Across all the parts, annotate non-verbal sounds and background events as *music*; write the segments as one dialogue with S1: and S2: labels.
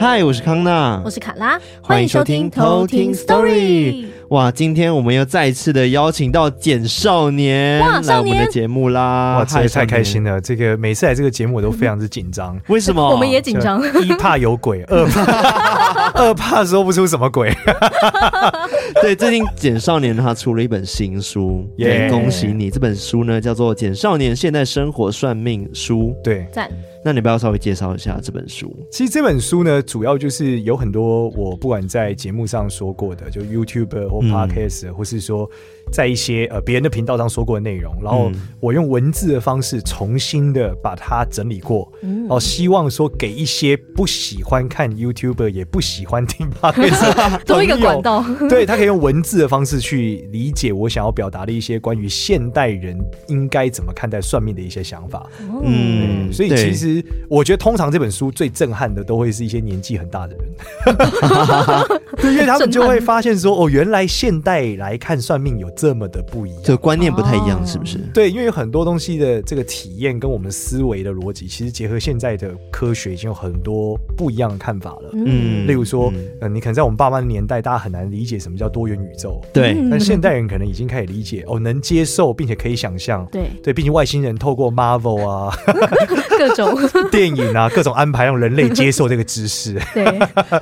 S1: 嗨，我是康娜
S2: 我。是卡拉，
S1: 嗯欢迎收听偷听 Story。哇，今天我们又再次的邀请到简少年
S2: 哇
S1: 来我
S2: 少
S1: 们的
S2: 年
S1: 节目
S2: 啊
S1: 啦！
S3: 哇，这
S1: 嗨
S3: 也太
S1: 少
S3: 开！
S1: 年
S3: 心了！这个每次来这个节目，我都非常之紧张。
S1: 为什么？
S2: 我们也 *laughs* 紧张，
S3: *laughs* 一怕有鬼，二怕
S2: *laughs*
S3: 二怕说不出什么鬼。
S1: 对，最近简少年他出了一本新书，
S3: 耶
S1: 对，恭喜你！这本书呢叫做《简少年现代生活算命书》，
S3: 对，
S2: *laughs* 赞，
S1: 那你不要稍微介绍一下这本书？
S3: 其实这本书呢，主要就是有很多我不管在节目上说过的，就 YouTube 或
S1: 嗯
S3: Podcast，、或是说在一些呃别人的频道上说过的内容，然后
S1: 嗯
S3: 我用文字的方式重新的把它整理过，
S2: 嗯
S3: 然，后希望说给一些不喜欢看 YouTube 也不喜欢听 Podcast 的
S2: *laughs* 多一个
S3: 朋友
S2: 管道，
S1: *laughs*
S3: 对他可以用文字的方式去理解我想要表达的一些关于现代人应该怎么看待算命的一些想法。
S2: 哦
S1: 嗯，
S3: 所以
S1: 对
S3: 其实我觉得，通常这本书最震撼的都会是一些年纪很大的
S1: *laughs*
S3: 人，对，因为他们就会发现说，哦，原来现代来看算命有这么的不一
S1: 就
S3: 样。
S1: 观念不太一样，
S2: 哦
S1: 是不是？
S3: 对，因为很多东西的这个体验跟我们思维的逻辑，其实结合现在的科学，已经有很多不一样的看法了。
S1: 嗯
S3: 例如说，
S1: 嗯
S3: 呃，你可能在我们爸妈的年代，大家很难理解什么叫多元宇宙，
S1: 对，
S2: 嗯
S3: 但现代人可能已经开始理解哦，能接受并且可以想象。
S2: 对，
S3: 对，毕竟外星人透过 Marvel 啊、 *laughs*
S2: 各种
S3: 电影啊各种安排，让人类接受这个知识。 *laughs*
S2: 对，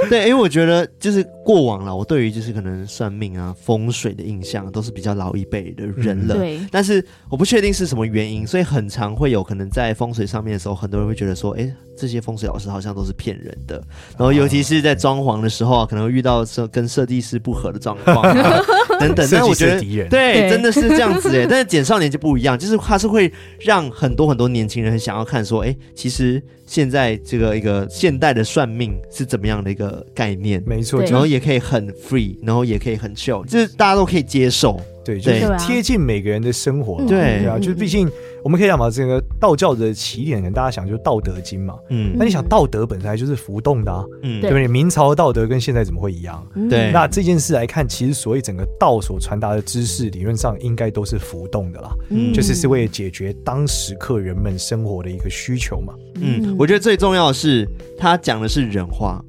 S1: 对，因为我觉得就是过往啦，我对于就是可能算命啊、风水的印象啊都是比较老一辈的人了。
S2: 嗯对
S1: 但是我不确定是什么原因，所以很常会有可能在风水上面的时候，很多人会觉得说，哎，这些风水老师好像都是骗人的。然后尤其是在装潢的时候啊，可能会遇到设跟设计师不合的状况、啊、等等。
S3: 设
S1: 但
S3: 计
S1: 我
S3: 师
S1: 觉得
S3: 敌人
S1: 对，
S2: 对
S1: 真的是这样子哎。但是简少年就不一样，就是他是会让很多很多年轻人很想要看说，哎，其实现在这个一个现代的算命是怎么样的一个概念。
S3: 没错，
S2: 对
S3: 就
S1: 然后也可以很 free，然后也可以很 chill，就是大家都可以接受。
S3: 对，就
S1: 对
S3: 是贴近每个人的生活啦。
S1: 对
S3: 对啊，
S2: 嗯
S3: 就是毕竟我们可以讲嘛，这个道教的起点，可能大家想就是《道德经》嘛。
S1: 嗯
S3: 那你想，道德本来就是浮动的啊，
S1: 嗯
S3: 对不对？明朝的道德跟现在怎么会一样？
S2: 嗯
S1: 对
S3: 那这件事来看，其实所谓整个道所传达的知识，理论上应该都是浮动的啦。
S2: 嗯
S3: 就是是为了解决当时客人们生活的一个需求嘛。
S1: 嗯，我觉得最重要的是他讲的是人
S2: *laughs*
S1: 话，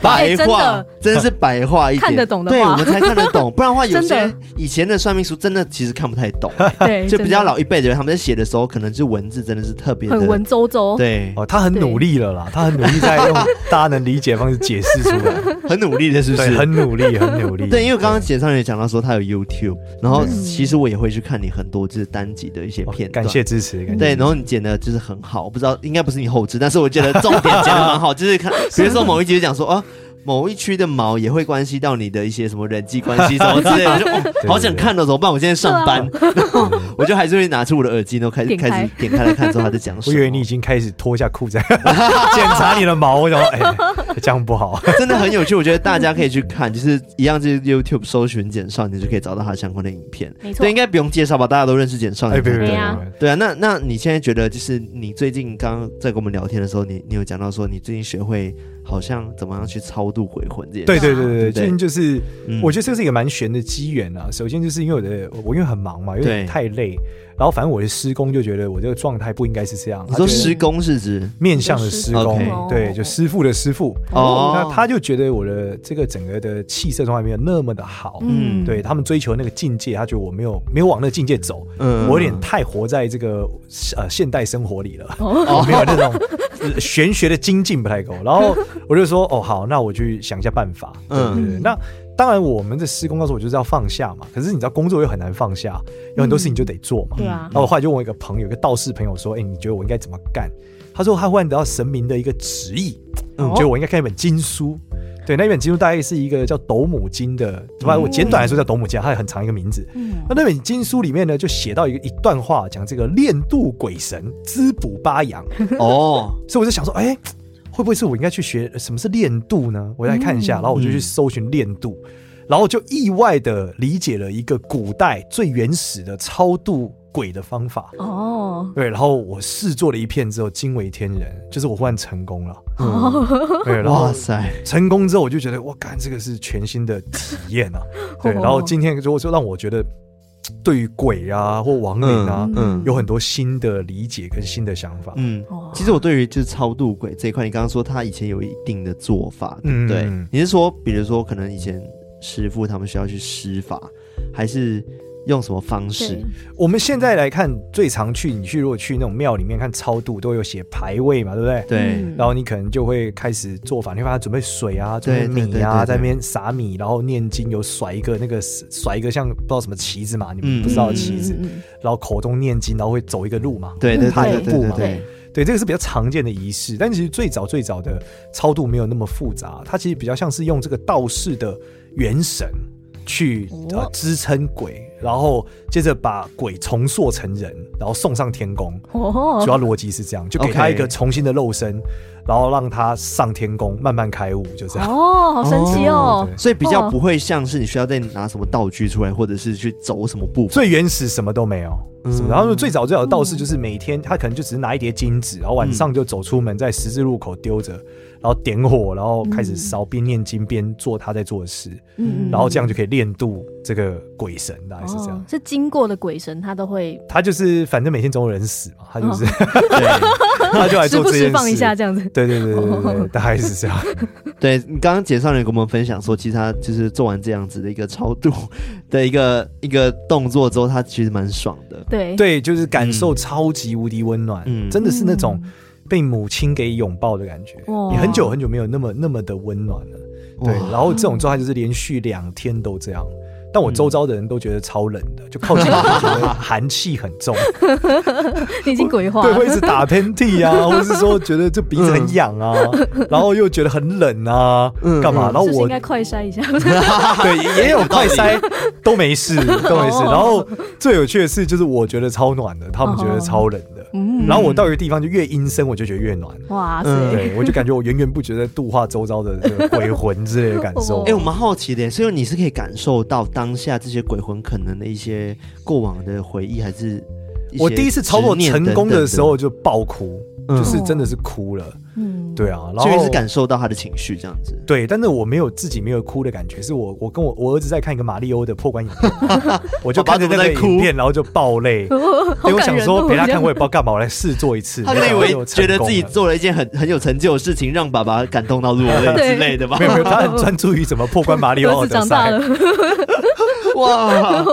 S1: 白
S2: 哎真
S1: 话
S2: 的，
S1: 真的是白话一点，
S2: 看得懂的
S1: 对
S2: 话
S1: 我们才看得
S2: *laughs*
S1: 懂，不然的话有
S2: 真的
S1: 些以前的算命书真的其实看不太懂，
S2: 对，
S1: 就比较
S2: 真的
S1: 老一辈的人他们在写的时候，可能就文字真的是特别的
S2: 很文绉绉， *laughs*
S1: 对，
S3: 哦，他很努力了啦，他很努力在用大家能理解的方式解释出
S1: *laughs*
S3: 来，
S1: 很努力的，是不
S3: 对，
S1: 是？
S2: *laughs*
S3: 很努力，很努力。
S1: 对，因为刚刚
S3: 对。
S1: 简上也讲到说他有 YouTube，然后
S2: 对
S1: 其实我也会去看你很多就是单集的一些
S3: 哦
S1: 片段，
S3: 感谢支持，感谢
S1: 对，然后你剪的就是很好，我不知道应该不是你后置，但是我觉得重点剪的蛮好， *laughs* 就是看，比如说某一集就讲说啊。某一区的毛也会关系到你的一些什么人际关系什么之类的，我就、哦、好想看的怎么办？我现在上班，然
S3: 嗯
S1: 后 *laughs* 我就还是会拿出我的耳机，然后开始
S2: 啊点
S1: 开
S2: 开
S1: 始点开来看，之后他在讲什
S3: 我
S1: 么。
S3: 以为你已经开始脱下裤子 *laughs* 检查你的毛，我想说，哎， *laughs* 这样不好。
S1: 真的很有趣，我觉得大家可以去看，就是一样，就是 YouTube 搜寻简少年就可以找到他相关的影片。
S2: 没错
S1: 对，应该不用介绍吧？大家都认识简少
S3: 哎，
S1: 年
S3: 别
S1: 才
S3: 别
S1: 对。
S2: 对
S3: 别
S2: 啊，
S1: 对啊，那那你现在觉得，就是你最近刚刚在跟我们聊天的时候，你你有讲到说，你最近学会好像怎么样去超度鬼魂这件事。
S3: 对对对对
S1: 对
S3: 对，最近就是
S1: 嗯
S3: 我觉得这是一个蛮悬的机缘啊。首先就是因为我的我因为很忙嘛，有
S1: 对
S3: 点太累，然后反正我的施工就觉得我这个状态不应该是这样。
S1: 你说
S3: 他觉得
S1: 施工是指
S3: 面向的施工
S1: OK，
S3: 对，就师傅的师傅。
S1: 哦
S3: 那他就觉得我的这个整个的气色状态没有那么的好，
S1: 嗯
S3: 对他们追求那个境界，他觉得我没有没有往那个境界走，
S1: 嗯
S3: 我有点太活在这个呃现代生活里了，
S1: 哦
S3: 我 *laughs* 没有那种呃玄学的精进不太够。然后 *laughs* 我就说，哦，好，那我去想一下办法。
S1: 嗯
S3: 对那当然，我们的施工告诉我就是要放下嘛，可是你知道工作又很难放下，有很多事情就得做嘛。
S2: 对啊
S3: 然，后我后来就问我一个朋友，一个道士朋友说：“哎、你觉得我应该怎么干？”他说他忽然得到神明的一个旨意，
S1: 嗯
S3: 嗯，觉得我应该看一本经书。对，那一本经书大概是一个叫《斗母经》
S1: 嗯
S3: 的，对吧？我简短来说叫《斗母经》，它有很长一个名字。
S2: 嗯
S3: 那那本经书里面呢，就写到一个一段话，讲这个炼度鬼神，滋补八阳。
S1: 哦，
S3: 所以我就想说，哎、会不会是我应该去学呃什么是练度呢？我来看一下，然后我就去搜寻练度，然后就意外的理解了一个古代最原始的超度鬼的方法。
S2: 哦，
S3: 对，然后我试做了一片之后，惊为天人，就是我忽然成功了。对，然后
S1: 哇塞，
S3: 成功之
S1: *laughs*
S3: 后，
S1: 哦
S3: 我就觉得，我干，这个是全新的体验啊！对，然后今天就就让我觉得，对于鬼啊或亡灵啊、
S1: 嗯嗯
S3: 有很多新的理解跟新的想法。
S1: 嗯
S2: 哦，
S1: 其实我对于就是超度鬼这一块，你刚刚说他以前有一定的做法，对不对？
S3: 嗯
S1: 你是说，比如说可能以前师傅他们需要去施法，还是用什么方式
S2: 对？
S3: 我们现在来看，最常去你去如果去那种庙里面看超度，都有写牌位嘛，对不对？
S1: 对，
S2: 嗯
S3: 然后你可能就会开始做法，你会发现准备水啊，准备
S1: 对对
S3: 米
S1: 对
S3: 啊，
S1: 对对
S3: 在那边撒米，然后念经，有甩一个那个甩一个像不知道什么旗子嘛，你
S1: 嗯
S3: 们不知道的旗子，
S2: 嗯嗯嗯
S3: 然后口中念经，然后会走一个路嘛，
S1: 对对
S3: 踏一
S1: 对
S3: 个
S1: 对对
S3: 步
S1: 对
S3: 嘛，
S1: 对，
S3: 对，这个是比较常见的仪式。但其实最早最早的超度没有那么复杂，它其实比较像是用这个道士的元神去呃
S2: 哦
S3: 支撑鬼，然后接着把鬼重塑成人，然后送上天宫。
S2: 哦，
S3: 主要逻辑是这样，就给他
S1: OK
S3: 一个重新的肉身，然后让他上天宫慢慢开悟，就这样。
S2: 哦，好神奇哦
S3: 对对，
S1: 所以比较不会像是你需要再拿什么道具出来，或者是去走什么步伐。
S3: 最原始什么都没有，
S1: 嗯
S3: 什么然后最早最早的道士就是每天他可能就只是拿一叠金纸，然后晚上就走出门，在十字路口丢着，然后点火，然后开始烧，边念经边做他在做的事，
S2: 嗯嗯
S3: 然后这样就可以练度这个鬼神，大概是这
S2: 哦
S3: 样，。
S2: 是经过的鬼神他都会
S3: 他就是反正每天总有人死嘛，他就是、
S1: 对
S3: *laughs* 他就来
S2: 时
S3: 做
S2: 不
S3: 这件
S2: 哦时
S3: 事。
S2: 放一下这哦样子，
S3: 对对对对对对，大概是这样。
S1: 对，你刚刚简少年跟我们分享说，其实他就是做完这样子的一个超度的一个一个动作之后，他其实蛮爽的。
S2: 对，
S3: 对，就是感受超级无敌温暖，
S1: 嗯
S3: 真的是那种被母亲给拥抱的感觉。
S2: 嗯哇
S3: 你很久很久没有那么那么的温暖了，对。
S1: 哇
S3: 然后这种状态就是连续两天都这样，但我周遭的人都觉得超冷
S1: *laughs*
S3: 的，就靠近我就觉得寒气很重，
S2: 你已经鬼化
S3: 对，
S2: 了
S3: 会，一直打喷嚏
S1: *laughs*
S3: 啊，或是说觉得这鼻子很痒啊，然后又觉得很冷啊，
S1: 嗯
S3: 干嘛？然后
S2: 是不是
S3: 我
S2: 应该快筛
S3: *laughs*
S2: 一下？
S3: 对，也有快筛，都没事，都没事。
S2: 哦
S3: 然后最有趣的是，就是我觉得超暖的，他们觉得超冷的。
S2: 嗯，
S3: 然后我到一个地方就越阴森，我就觉得越暖。
S2: 哇
S1: 嗯
S2: 塞，
S3: 对，我就感觉我源源不绝的度化周遭的这个鬼魂之类的感受
S1: 哎、。我蛮好奇的耶，所以你是可以感受到当下这些鬼魂可能的一些过往的回忆，还是一些
S3: 我第一次超过
S1: 执念
S3: 成功
S1: 等
S3: 的
S1: 等
S3: 时候就爆哭，
S1: 嗯
S3: 就是真的是哭了。
S2: 嗯，
S3: 对啊，然
S1: 所以
S3: 后
S1: 是感受到他的情绪这样子。
S3: 对，但是我没有自己没有哭的感觉，是我我跟我我儿子在看一个马里欧的破关影
S1: *laughs*
S3: 片，我就
S1: 爸爸
S3: 看
S1: 怎
S3: 着那个
S1: 么在哭
S3: 影片，然后就
S1: *laughs*
S3: 爆泪。因为
S2: 好
S3: 我
S2: 感
S3: 想
S2: 人
S3: 说
S2: 哦，
S3: 陪他看，我也不知道干嘛，我来试做一次。
S1: 他可能以
S3: 没想到
S1: 为
S3: 就
S1: 觉
S3: 成
S1: 得
S3: 功
S1: 自己
S3: 了
S1: 做了一件很很有成就的事情，让爸爸感动到落泪之类的吧
S3: *laughs* 没？有没有，他很专注于怎么破关马里
S2: *laughs*
S3: 奥
S2: 儿子
S3: 的
S2: 长大
S3: 赛
S2: 了。，
S1: *laughs* 哇，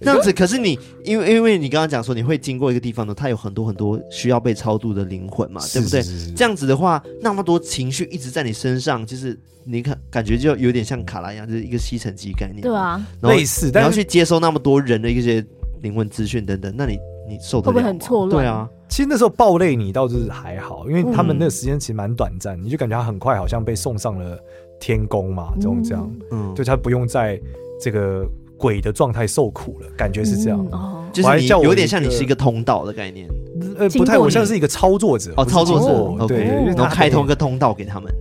S1: 这样子。可是你，因为因为你刚刚讲说你会经过一个地方呢，它有很多很多需要被超度的灵魂嘛，对不对？
S3: 是是是
S1: 这样子的话，那么多情绪一直在你身上，就是你看感觉就有点像卡拉一样，就是一个吸尘机概念。
S2: 对，啊，
S1: 然后
S3: 类似，
S1: 你
S3: 但
S1: 要
S3: 是
S1: 去接收那么多人的一些灵魂资讯等等，那你你受得
S2: 会不
S1: 了吗？
S2: 会很错乱
S1: 对啊，
S3: 其实那时候爆泪你倒是还好，因为他们
S1: 嗯
S3: 那个时间其实蛮短暂，你就感觉他很快好像被送上了天宫嘛，这种这样，
S1: 嗯，
S3: 对他不用在这个鬼的状态受苦了，感觉是这样
S2: 嗯。哦，
S1: 就
S3: 我还
S1: 是你
S3: 叫我
S1: 有点
S3: 一
S1: 像你
S3: 个
S1: 是一个通道的概念
S3: 呃，
S2: 经
S3: 不太，
S2: 过
S3: 我
S2: 你
S3: 像是一个操作者
S1: 哦，
S3: 我是
S1: 操作
S3: 经
S2: 哦
S1: 者
S3: 过
S1: OK，
S3: 对，因为
S1: 然
S3: 他
S1: 后开
S3: 可以
S1: 通一个通道给他们，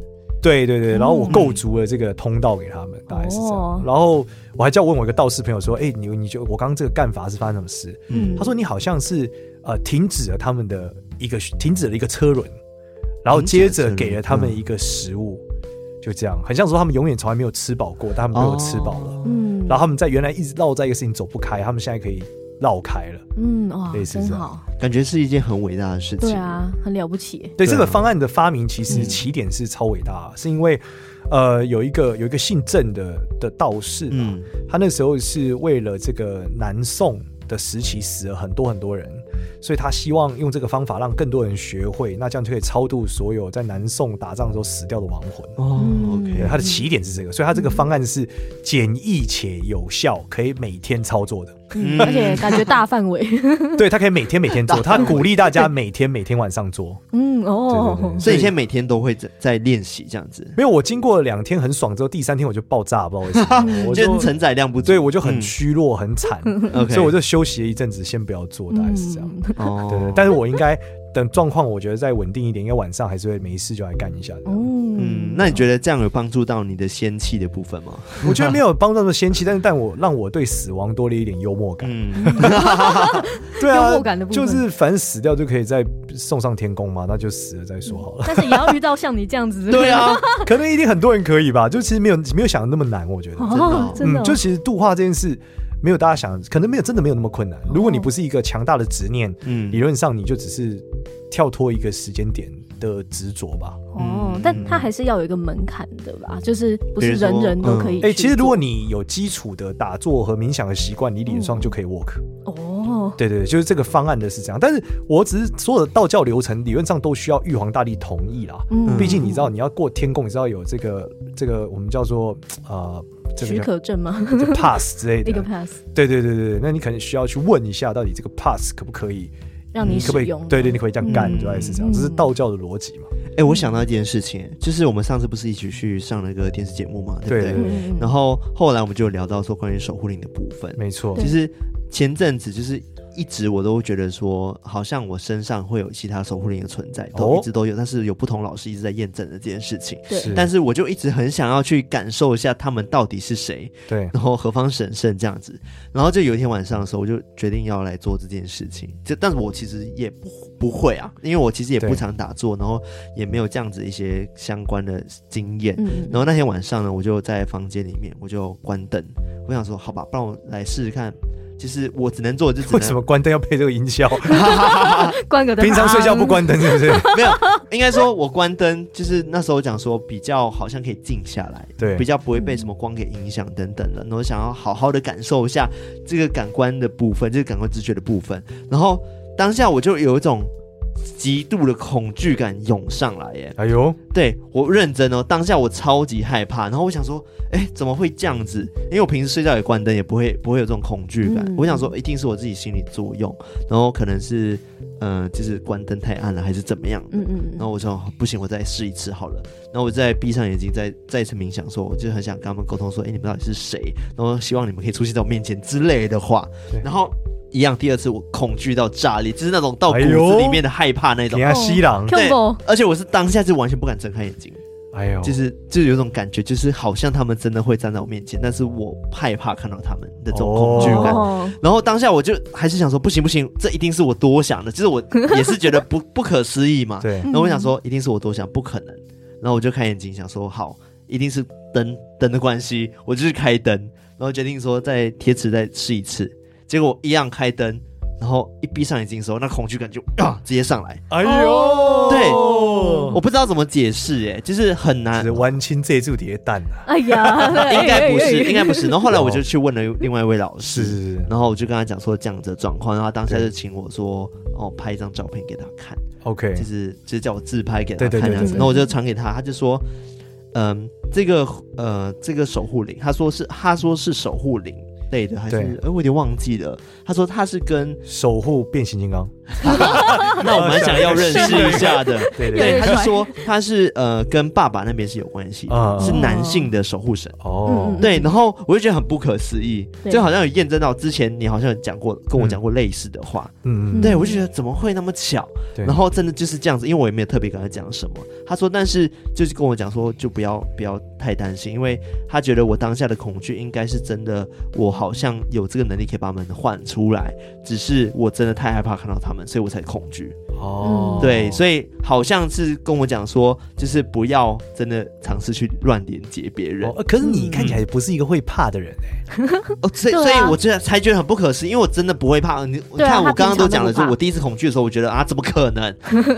S3: 对对对，然后我
S2: 嗯
S3: 构筑了这个通道给他们，大概是这
S2: 哦
S3: 样。然后我还叫问我一个道士朋友说，哎，你你就我刚刚这个干法是发生什么事？
S1: 嗯
S2: 嗯，
S3: 他说你好像是呃停止了他们的一个停止了一个车轮，然后接着给了他
S1: 嗯
S3: 们一个食物，就这样，很像说他们永远从来没有吃饱过，但他们被我吃饱了。
S1: 哦
S2: 嗯，
S3: 然后他们在原来一直绕在一个事情走不开，他们现在可以绕开了。
S2: 嗯，哇，
S3: 类似
S2: 真
S3: 这样
S2: 好，
S1: 感觉是一件很伟大的事情。
S2: 对，啊，很了不起，
S3: 对
S1: 对啊
S3: 这个方案的发明，其实
S2: 嗯
S3: 起点是超伟大，啊是因为呃有一个有一个姓郑的的道士嘛，
S1: 嗯
S3: 他那时候是为了这个南宋的时期死了很多很多人，所以他希望用这个方法让更多人学会，那这样就可以超度所有在南宋打仗的时候死掉的亡魂。
S1: 哦
S2: 嗯
S3: 对，
S1: ，OK，
S3: 他的起点是这个，所以他这个方案是简易且有效，可以每天操作的。
S2: 嗯， *laughs* 而且感觉大范围， *laughs*
S3: 对他可以每天每天做，他鼓励大家每天每天晚上做。
S2: 嗯，
S3: 对
S2: *laughs*
S3: 对
S2: 哦
S3: 对，
S1: 所以你现在每天都会在在练习这样子，
S3: 没有，我经过了两天很爽之后，第三天我就爆炸，不知道为什么，我
S1: 就是
S3: 就
S1: 承载量不足，嗯
S3: 对我
S2: *laughs*
S3: 就很虚弱、很惨，
S1: OK，
S3: 所以我就休息了一阵子，先不要做，大概是这样。
S2: 嗯
S1: 哦，
S3: *laughs* 对对，但是我应该等状况，我觉得再稳定一点，应该晚上还是会没事就来干一下的。
S1: 嗯，
S2: 嗯，
S1: 那你觉得这样有帮助到你的仙气的部分
S3: *laughs*
S1: 吗？
S3: 我觉得没有帮到的仙气，但是但我让我对死亡多了一点幽默
S2: *laughs*
S3: 感。
S1: 嗯，
S3: *laughs* 对啊，
S2: 幽默感的部分
S3: 就是反正死掉就可以再送上天宫嘛，那就死了再说好了。
S2: *laughs* 但是也要遇到像你这样子，
S1: 对啊，
S3: 可嗯能一定很多人可以吧，就其实没有没有想的那么难，我觉得。
S1: 真的哦
S2: *laughs* 哦，真的哦，
S3: 嗯，就其实度化这件事。没有大家想，可能没有真的没有那么困难。
S2: 哦
S3: 如果你不是一个强大的执念，
S1: 嗯
S3: 理论上你就只是跳脱一个时间点的执着吧。
S2: 哦，但它还是要有一个门槛的
S3: 嗯
S2: 吧，就是不
S1: 比
S2: 是
S1: 如说
S2: 人人都可以去
S3: 哎、
S2: 做。
S3: 其实如果你有基础的打坐和冥想的习惯，你理论上就
S2: 嗯
S3: 可以 work。
S2: 哦，
S3: 对对对，就是这个方案的是这样，但是我只是所有的道教流程理论上都需要玉皇大帝同意啦。
S2: 嗯
S3: 毕竟你知道，你要过天宫，你知道有这个这个我们叫做呃这个
S2: 许
S3: 叫啊
S2: 可证
S3: *laughs*
S2: 吗？
S3: 这 pass 之类
S2: *laughs* 一个
S3: 的。
S2: pass
S3: 对对对对对，那你可能需要去问一下，到底这个 pass 可不可以，
S2: 让你
S3: 可不可
S2: 使
S3: 以
S2: 用。？
S3: 对对，你可不可以这样干，
S1: 嗯
S3: 对吧，是这样，这是道教的逻辑嘛？
S1: 哎、我想到一件事情，就是我们上次不是一起去上那个电视节目嘛，对不对？
S3: 对
S2: 嗯，嗯
S1: 然后后来我们就有聊到说关于守护灵的部分，
S3: 没错
S1: 其，实前阵子就是一直我都觉得说，好像我身上会有其他守护灵的存在，都
S3: 哦
S1: 一直都有，但是有不同老师一直在验证的这件事情。
S2: 对
S3: 是，
S1: 但是我就一直很想要去感受一下他们到底是谁， *laughs*
S3: 对，
S1: 然后何方神圣这样子。然后就有一天晚上的时候，我就决定要来做这件事情。就但是我其实也不不会啊，因为我其实也
S3: 对
S1: 不常打坐，然后也没有这样子一些相关的经验。
S2: 嗯
S1: 然后那天晚上呢，我就在房间里面，我就关灯。我想说，好吧，不然我来试试看。其实我只能做，就只能
S3: 为什么关灯要配这个音效？
S2: 嗯关个灯，
S3: 平常睡觉不关灯是不是？
S1: 没有？应该说，我关灯，就是那时候讲说比较好像可以静下来，
S3: 对
S1: 比较不会被什么光给影响等等的。然后想要好好的感受一下这个感官的部分，这个感官知觉的部分。然后当下我就有一种极度的恐惧感涌上来耶，
S3: 哎呦，
S1: 对我认真哦，当下我超级害怕，然后我想说，哎，怎么会这样子？因为我平时睡觉也关灯，也不会不会有这种恐惧感。
S2: 嗯
S1: 我想说，一定是我自己心理作用，然后可能是，嗯、就是关灯太暗了，还是怎么样？
S2: 嗯嗯
S1: 然
S2: 嗯，
S1: 后我说不行，我再试一次好了。然后我再闭上眼睛，再再一次冥想说，我就很想跟他们沟通说，哎，你们到底是谁？然后希望你们可以出现在我面前之类的话
S3: 对。
S1: 然后一样，第二次我恐惧到炸裂，就是那种到骨
S3: 哎呦
S1: 子里面的害怕那种
S3: 你。看西郎，
S1: 对
S2: Combo，
S1: 而且我是当下是完全不敢睁开眼睛。
S3: 哎呦，
S1: 就是就是有一种感觉，就是好像他们真的会站在我面前，但是我害怕看到他们的这种恐惧感。
S2: 哦，
S1: 然后当下我就还是想说，不行不行，这一定是我多想的，就是我也是觉得不 *laughs* 不可思议嘛。
S3: 对，
S2: 嗯
S1: 然后我想说，一定是我多想，不可能。然后我就开眼睛想说，好，一定是灯灯的关系，我就是开灯，然后决定说再贴纸再试一次，结果一样开灯。然后一闭上眼睛的时候，那恐惧感就啊直接上来，
S3: 哎呦
S2: 哦，
S1: 对我
S3: 我
S1: 不知道怎么解释，哎，就是很难
S3: 只是，弯清这柱叠蛋啊，
S2: 哎呀，
S1: *laughs* 应该不
S2: 哎哎
S1: 是，
S2: 哎
S1: 应该不是。然后后来我就去问了另外一位老
S3: 是
S1: 师，
S3: 是是
S1: 然后我就跟他讲说这样子的状况，然后他当下就请我说哦拍一张照片给他看，
S3: ，OK，
S1: 就是就是叫我自拍给他
S3: 对对
S1: 看这样
S2: 对对
S1: 子。
S2: 对
S1: 然后我就传给他，他就说嗯这个呃这个守护灵，他说是他说是守护灵。类的还是
S3: 对
S1: 哎，我有点忘记了。他说他是跟
S3: 守护变形金刚，
S1: *laughs* 啊那我蛮想要认识一下的，
S3: 对 *laughs* 对
S1: 对，
S2: 对
S1: 他就说他是呃跟爸爸那边是有关系的，
S3: 啊
S1: 是男性的守护神。
S3: 哦
S2: 嗯，
S1: 对，然后我就觉得很不可思议，
S2: 对
S1: 就好像有验证到之前你好像有讲过，跟我讲过类似的话，
S3: 嗯，
S1: 对我就觉得怎么会那么巧？
S3: 对
S1: 然后真的就是这样子，因为我也没有特别跟他讲什么，他说，但是就是跟我讲说，就不要不要太担心，因为他觉得我当下的恐惧应该是真的，我好像有这个能力可以把他们唤出来，只是我真的太害怕看到他们，所以我才恐惧。
S3: 哦，
S1: 对，
S3: 以
S1: 所以好像是跟我讲说，就是不要真的尝试去乱连接别人。
S3: 哦呃可是你看起来也不是一个会怕的人哎，
S1: 哦，所以、
S2: 对啊
S1: 所以我觉得才觉得很不可思议，因为我真的不会怕。你、你
S2: 对啊
S1: 看
S2: 他
S1: 我刚刚都讲了，
S2: 平常都不
S1: 说
S2: 怕
S1: 我第一次恐惧的时候，我觉得啊怎么可能？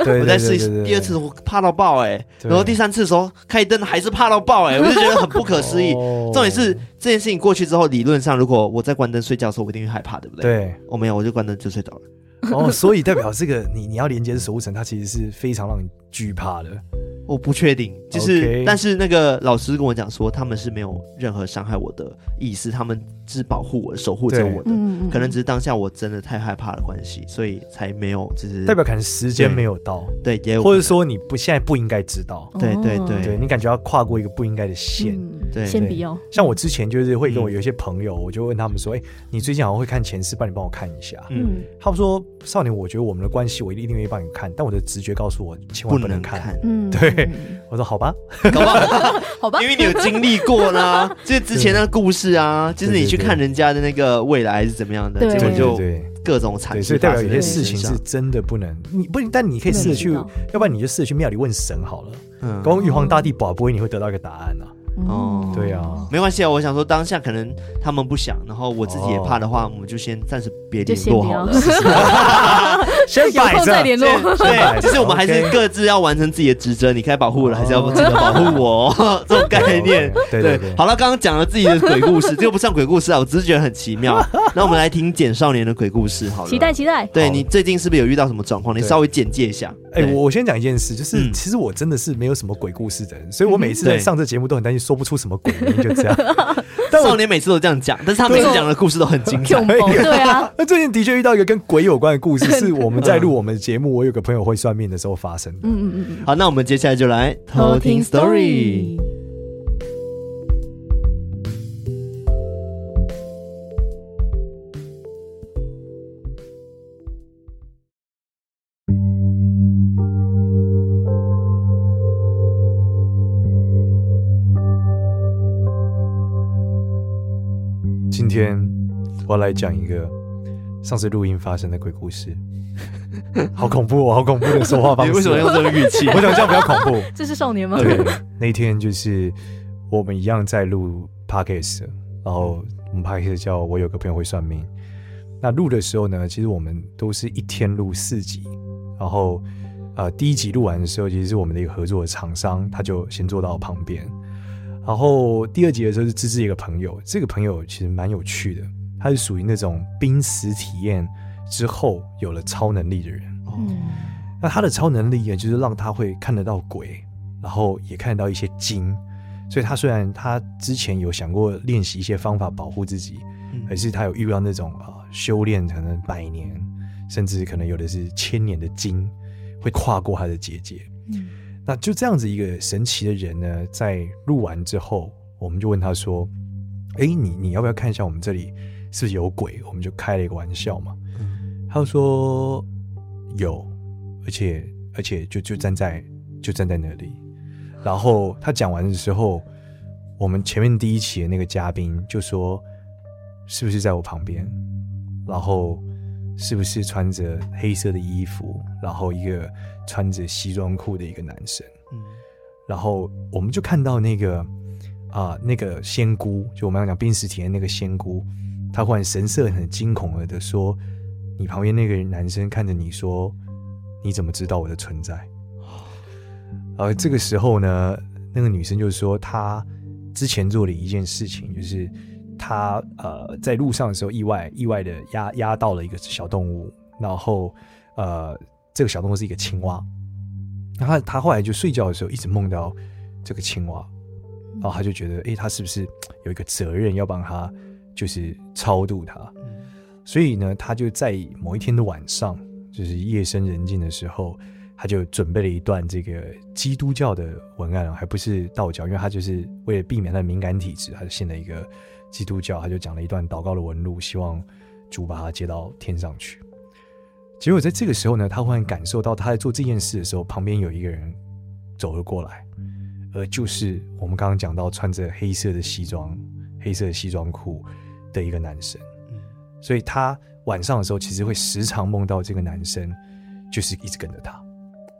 S3: 对，
S1: 嗯我在试一次第二次，我怕到爆哎、
S3: 对
S1: 然后第三次的时候开灯还是怕到爆哎、
S3: *laughs*
S1: 我就觉得很不可思议。
S3: 哦
S1: 重点是这件事情过去之后，理论上如果我在关灯睡觉的时候，我一定会害怕，对不对？
S3: 对，
S1: 我、没有，我就关灯就睡着了。
S3: 哦，所以代表这个你你要连接守护神，它其实是非常让你惧怕的，
S1: 我不确定，就是
S3: OK
S1: 但是那个老师跟我讲说，他们是没有任何伤害我的意思，他们是保护我、守护着
S3: 对
S1: 我的。
S2: 嗯嗯，
S1: 可能只是当下我真的太害怕的关系，所以才没有就是
S3: 代表可能时间没有到，
S1: 对，也有
S3: 或者说你不现在不应该知道，
S1: 对对对
S3: 对你感觉要跨过一个不应该的线。
S2: 哦嗯
S1: 对
S2: 先
S3: 对
S2: 不要，
S3: 像我之前就是会跟我
S1: 嗯
S3: 有一些朋友，我就问他们说：“哎、你最近好像会看前世，帮你帮我看一下。
S1: 嗯
S2: 嗯，
S3: 他们说：“少年，我觉得我们的关系，我一定愿意帮你看，但我的直觉告诉我，千
S1: 不
S3: 万不
S1: 能
S3: 能看。
S1: 看，
S2: 嗯，
S3: 对
S2: 嗯，嗯
S3: 我说：“好吧。
S1: 搞不好
S2: 好
S1: *laughs*
S2: 吧
S1: 因，为你有经历过
S3: *laughs*
S1: 啦，就是之前那个故事啊，就是你去看人家的那个未来是怎么样的，
S2: 对
S1: 结
S3: 对”
S1: 果
S3: 对
S1: 就
S3: 对
S1: 各种惨
S3: 对，
S1: 事
S3: 所以代
S1: 发
S3: 表
S1: 生
S3: 有
S1: 在
S3: 些
S1: 你
S3: 事
S1: 身
S3: 情
S1: 上
S3: 是真的不能，你不，但你可以试着去
S2: 不能知，
S3: 要不然你就试着去庙里问神好了。
S1: 嗯
S3: 光玉皇大帝保不会，你会得到一个答案啊。
S2: 嗯
S1: 哦
S3: 对
S2: *laughs*
S3: 啊，
S1: 没关系啊，我想说当下可能他们不想，然后我自己也怕的话，我们就先暂时别
S2: 就
S1: 联
S2: 先
S1: 络
S2: 不
S1: 好
S2: 要
S1: 了。，
S3: 先
S2: 有
S3: 摆
S2: 空再
S3: 着。
S2: 联络。
S1: *laughs*
S2: *laughs* 哦
S1: 对，就是我们还
S3: OK
S1: 是各自要完成自己的职责，你该保护我了，还是要记得保护我哦这种概念。
S3: 哦 *laughs* 对对对，
S1: 好了，刚刚讲了自己的鬼故事， *laughs* 这个不算鬼故事啊，我只是觉得很奇
S3: *laughs*
S1: 妙。那我们来听简少年的鬼故事好了。
S2: 期待。期待，
S1: 对
S3: 好
S1: 你最近是不是有遇到什么状况？你
S3: 对
S1: 稍微简介一下。
S3: 哎、
S1: 对
S3: 我我先讲一件事，就是
S1: 嗯
S3: 其实我真的是没有什么鬼故事的人，所以我每次
S1: 嗯
S3: 在
S1: 对
S3: 上这节目都很担心说不出什么鬼名，就
S1: *laughs*
S3: 这样。 *laughs* 但
S1: 少
S3: 我
S1: 年每次都这样讲，但是他每次讲的故事都很精彩。*laughs*
S2: 恐怖，对啊，
S3: 那最近的确遇到一个跟鬼有关的故事，是我们在录我们的节目，我有个朋友会算命的时候发生的。
S2: 嗯嗯嗯嗯。
S1: 好，那我们接下来就来偷听 story。
S3: 今天我要来讲一个上次录音发生的鬼
S1: *laughs*
S3: 故事，好恐怖哦，好恐怖的说话方
S1: 你
S3: 式。
S1: 为什么用这种语气？
S3: 我想这样比较恐怖。
S2: 这是少年吗？ *laughs*
S3: 对，那天就是我们一样在录 podcast，然后我们 podcast 叫我有个朋友会算命。那录的时候呢，其实我们都是一天录四集，然后呃第一集录完的时候，其实是我们的一个合作的厂商，他就先坐到我旁边。然后第二集的时候是芝芝一个朋友，这个朋友其实蛮有趣的，他是属于那种濒死体验之后有了超能力的人。
S2: 嗯，
S3: 那他的超能力也就是让他会看得到鬼，然后也看得到一些精。所以他虽然他之前有想过练习一些方法保护自己，
S1: 嗯
S3: 可是他有遇到那种啊、呃修炼可能百年，甚至可能有的是千年的精，会跨过他的结界。
S2: 嗯
S3: 那就这样子一个神奇的人呢，在录完之后，我们就问他说：“哎、你你要不要看一下我们这里是不是有鬼？”我们就开了一个玩笑嘛。他就说有，而且而且就就站在就站在那里。然后他讲完的时候，我们前面第一期的那个嘉宾就说：“是不是在我旁边？”然后是不是穿着黑色的衣服，然后一个穿着西装裤的一个男生？
S1: 嗯
S3: 然后我们就看到那个啊、那个仙姑，就我们要讲濒死体验那个仙姑，她忽然神色很惊恐的说：“你旁边那个男生看着你说，你怎么知道我的存在？”而这个时候呢，那个女生就说她之前做了一件事情，就是她呃在路上的时候意外意外的压压到了一个小动物，然后呃这个小动物是一个青蛙，然后她她后来就睡觉的时候一直梦到这个青蛙，然后她就觉得诶，她是不是有一个责任要帮她就是超度她？所以呢，他就在某一天的晚上，就是夜深人静的时候，他就准备了一段这个基督教的文案，啊还不是道教，因为他就是为了避免他的敏感体质，他就信了一个基督教，他就讲了一段祷告的文录，希望主把他接到天上去。结果在这个时候呢，他忽然感受到他在做这件事的时候，旁边有一个人走了过来，而就是我们刚刚讲到穿着黑色的西装、黑色的西装裤的一个男生。所以他晚上的时候其实会时常梦到这个男生，就是一直跟着他，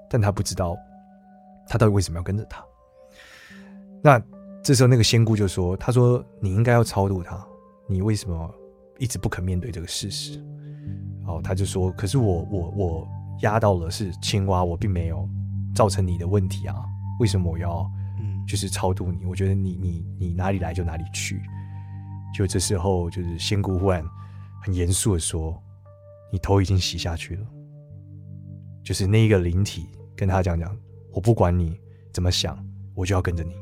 S3: 但他不知道他到底为什么要跟着他。那这时候那个仙姑就说：“他说你应该要超度他，你为什么一直不肯面对这个事实？”哦，他就说：“可是我我我压到了是青蛙，我并没有造成你的问题啊，为什么我要
S1: 嗯
S3: 就是超度你。我觉得你你你哪里来就哪里去。就这时候，就是仙姑忽然很严肃的说：“你头已经洗下去了。”就是那一个灵体跟他讲讲，我不管你怎么想，我就要跟着你。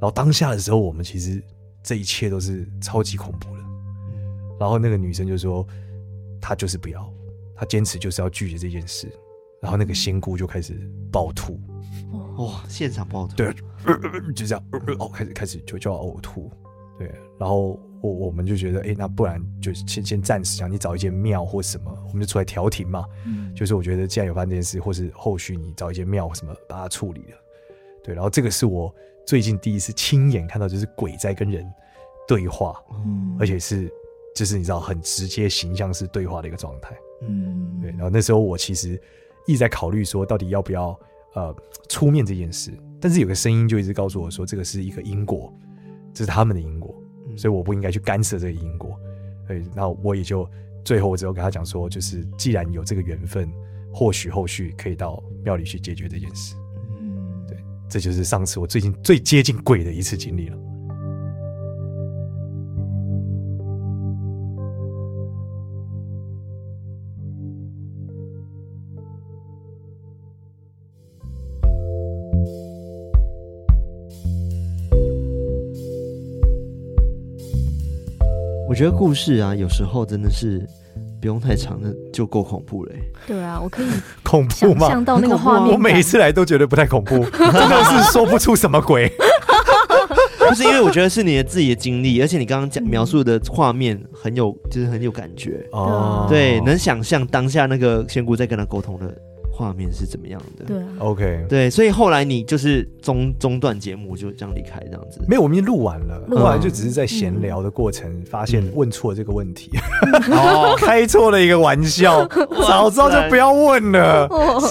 S3: 然后当下的时候，我们其实这一切都是超级恐怖的。
S1: 嗯
S3: 然后那个女生就说，她就是不要，她坚持就是要拒绝这件事。然后那个仙姑就开始暴吐，
S1: 哇，现场爆吐。
S3: 对，呃呃呃就这样，呃呃哦，开始开始就就要呕吐，对，然后我我们就觉得，哎，那不然就先先暂时讲，你找一间庙或什么，我们就出来调停嘛。
S2: 嗯
S3: 就是我觉得既然有发生这件事，或是后续你找一间庙或什么把它处理了，对，然后这个是我最近第一次亲眼看到，就是鬼在跟人对话，
S2: 嗯
S3: 而且是就是你知道很直接形象式对话的一个状态。
S1: 嗯
S3: 对，然后那时候我其实一直在考虑说，到底要不要呃出面这件事，但是有个声音就一直告诉我说，这个是一个因果，这是他们的因果，
S1: 嗯
S3: 所以我不应该去干涉这个因果。对，那我也就最后我只有跟他讲说，就是既然有这个缘分，或许后续可以到庙里去解决这件事。
S1: 嗯
S3: 对，这就是上次我最近最接近鬼的一次经历了。
S1: 我觉得故事啊，有时候真的是不用太长的就够恐怖了欸、
S2: 对啊，我可以
S3: 恐怖
S2: 想
S3: 吗？
S2: 象到那个
S1: 很恐怖啊
S2: 画面感。
S3: 我每一次来都觉得不太恐
S2: *laughs*
S3: 怖，真的是说不出什么鬼。
S1: 不是因为我觉得是你的自己的经历，而且你刚刚讲描述的画面很有，就是很有感觉。
S2: 哦
S1: 对，能想象当下那个仙姑在跟他沟通的画面是怎么样的。
S2: 对啊，
S3: OK，
S1: 对，所以后来你就是中中断节目就这样离开这样子。
S3: 没有，我们已经录完了，
S2: 录
S3: 录
S1: 完
S3: 完就只是在闲聊的过程发现
S1: 嗯
S3: 问错这个问题， *laughs*
S1: 哦，
S3: 开错了一个
S1: *laughs*
S3: 玩笑，早知道就不要问了。
S1: 嗯
S3: *laughs*
S2: 哦
S1: 吓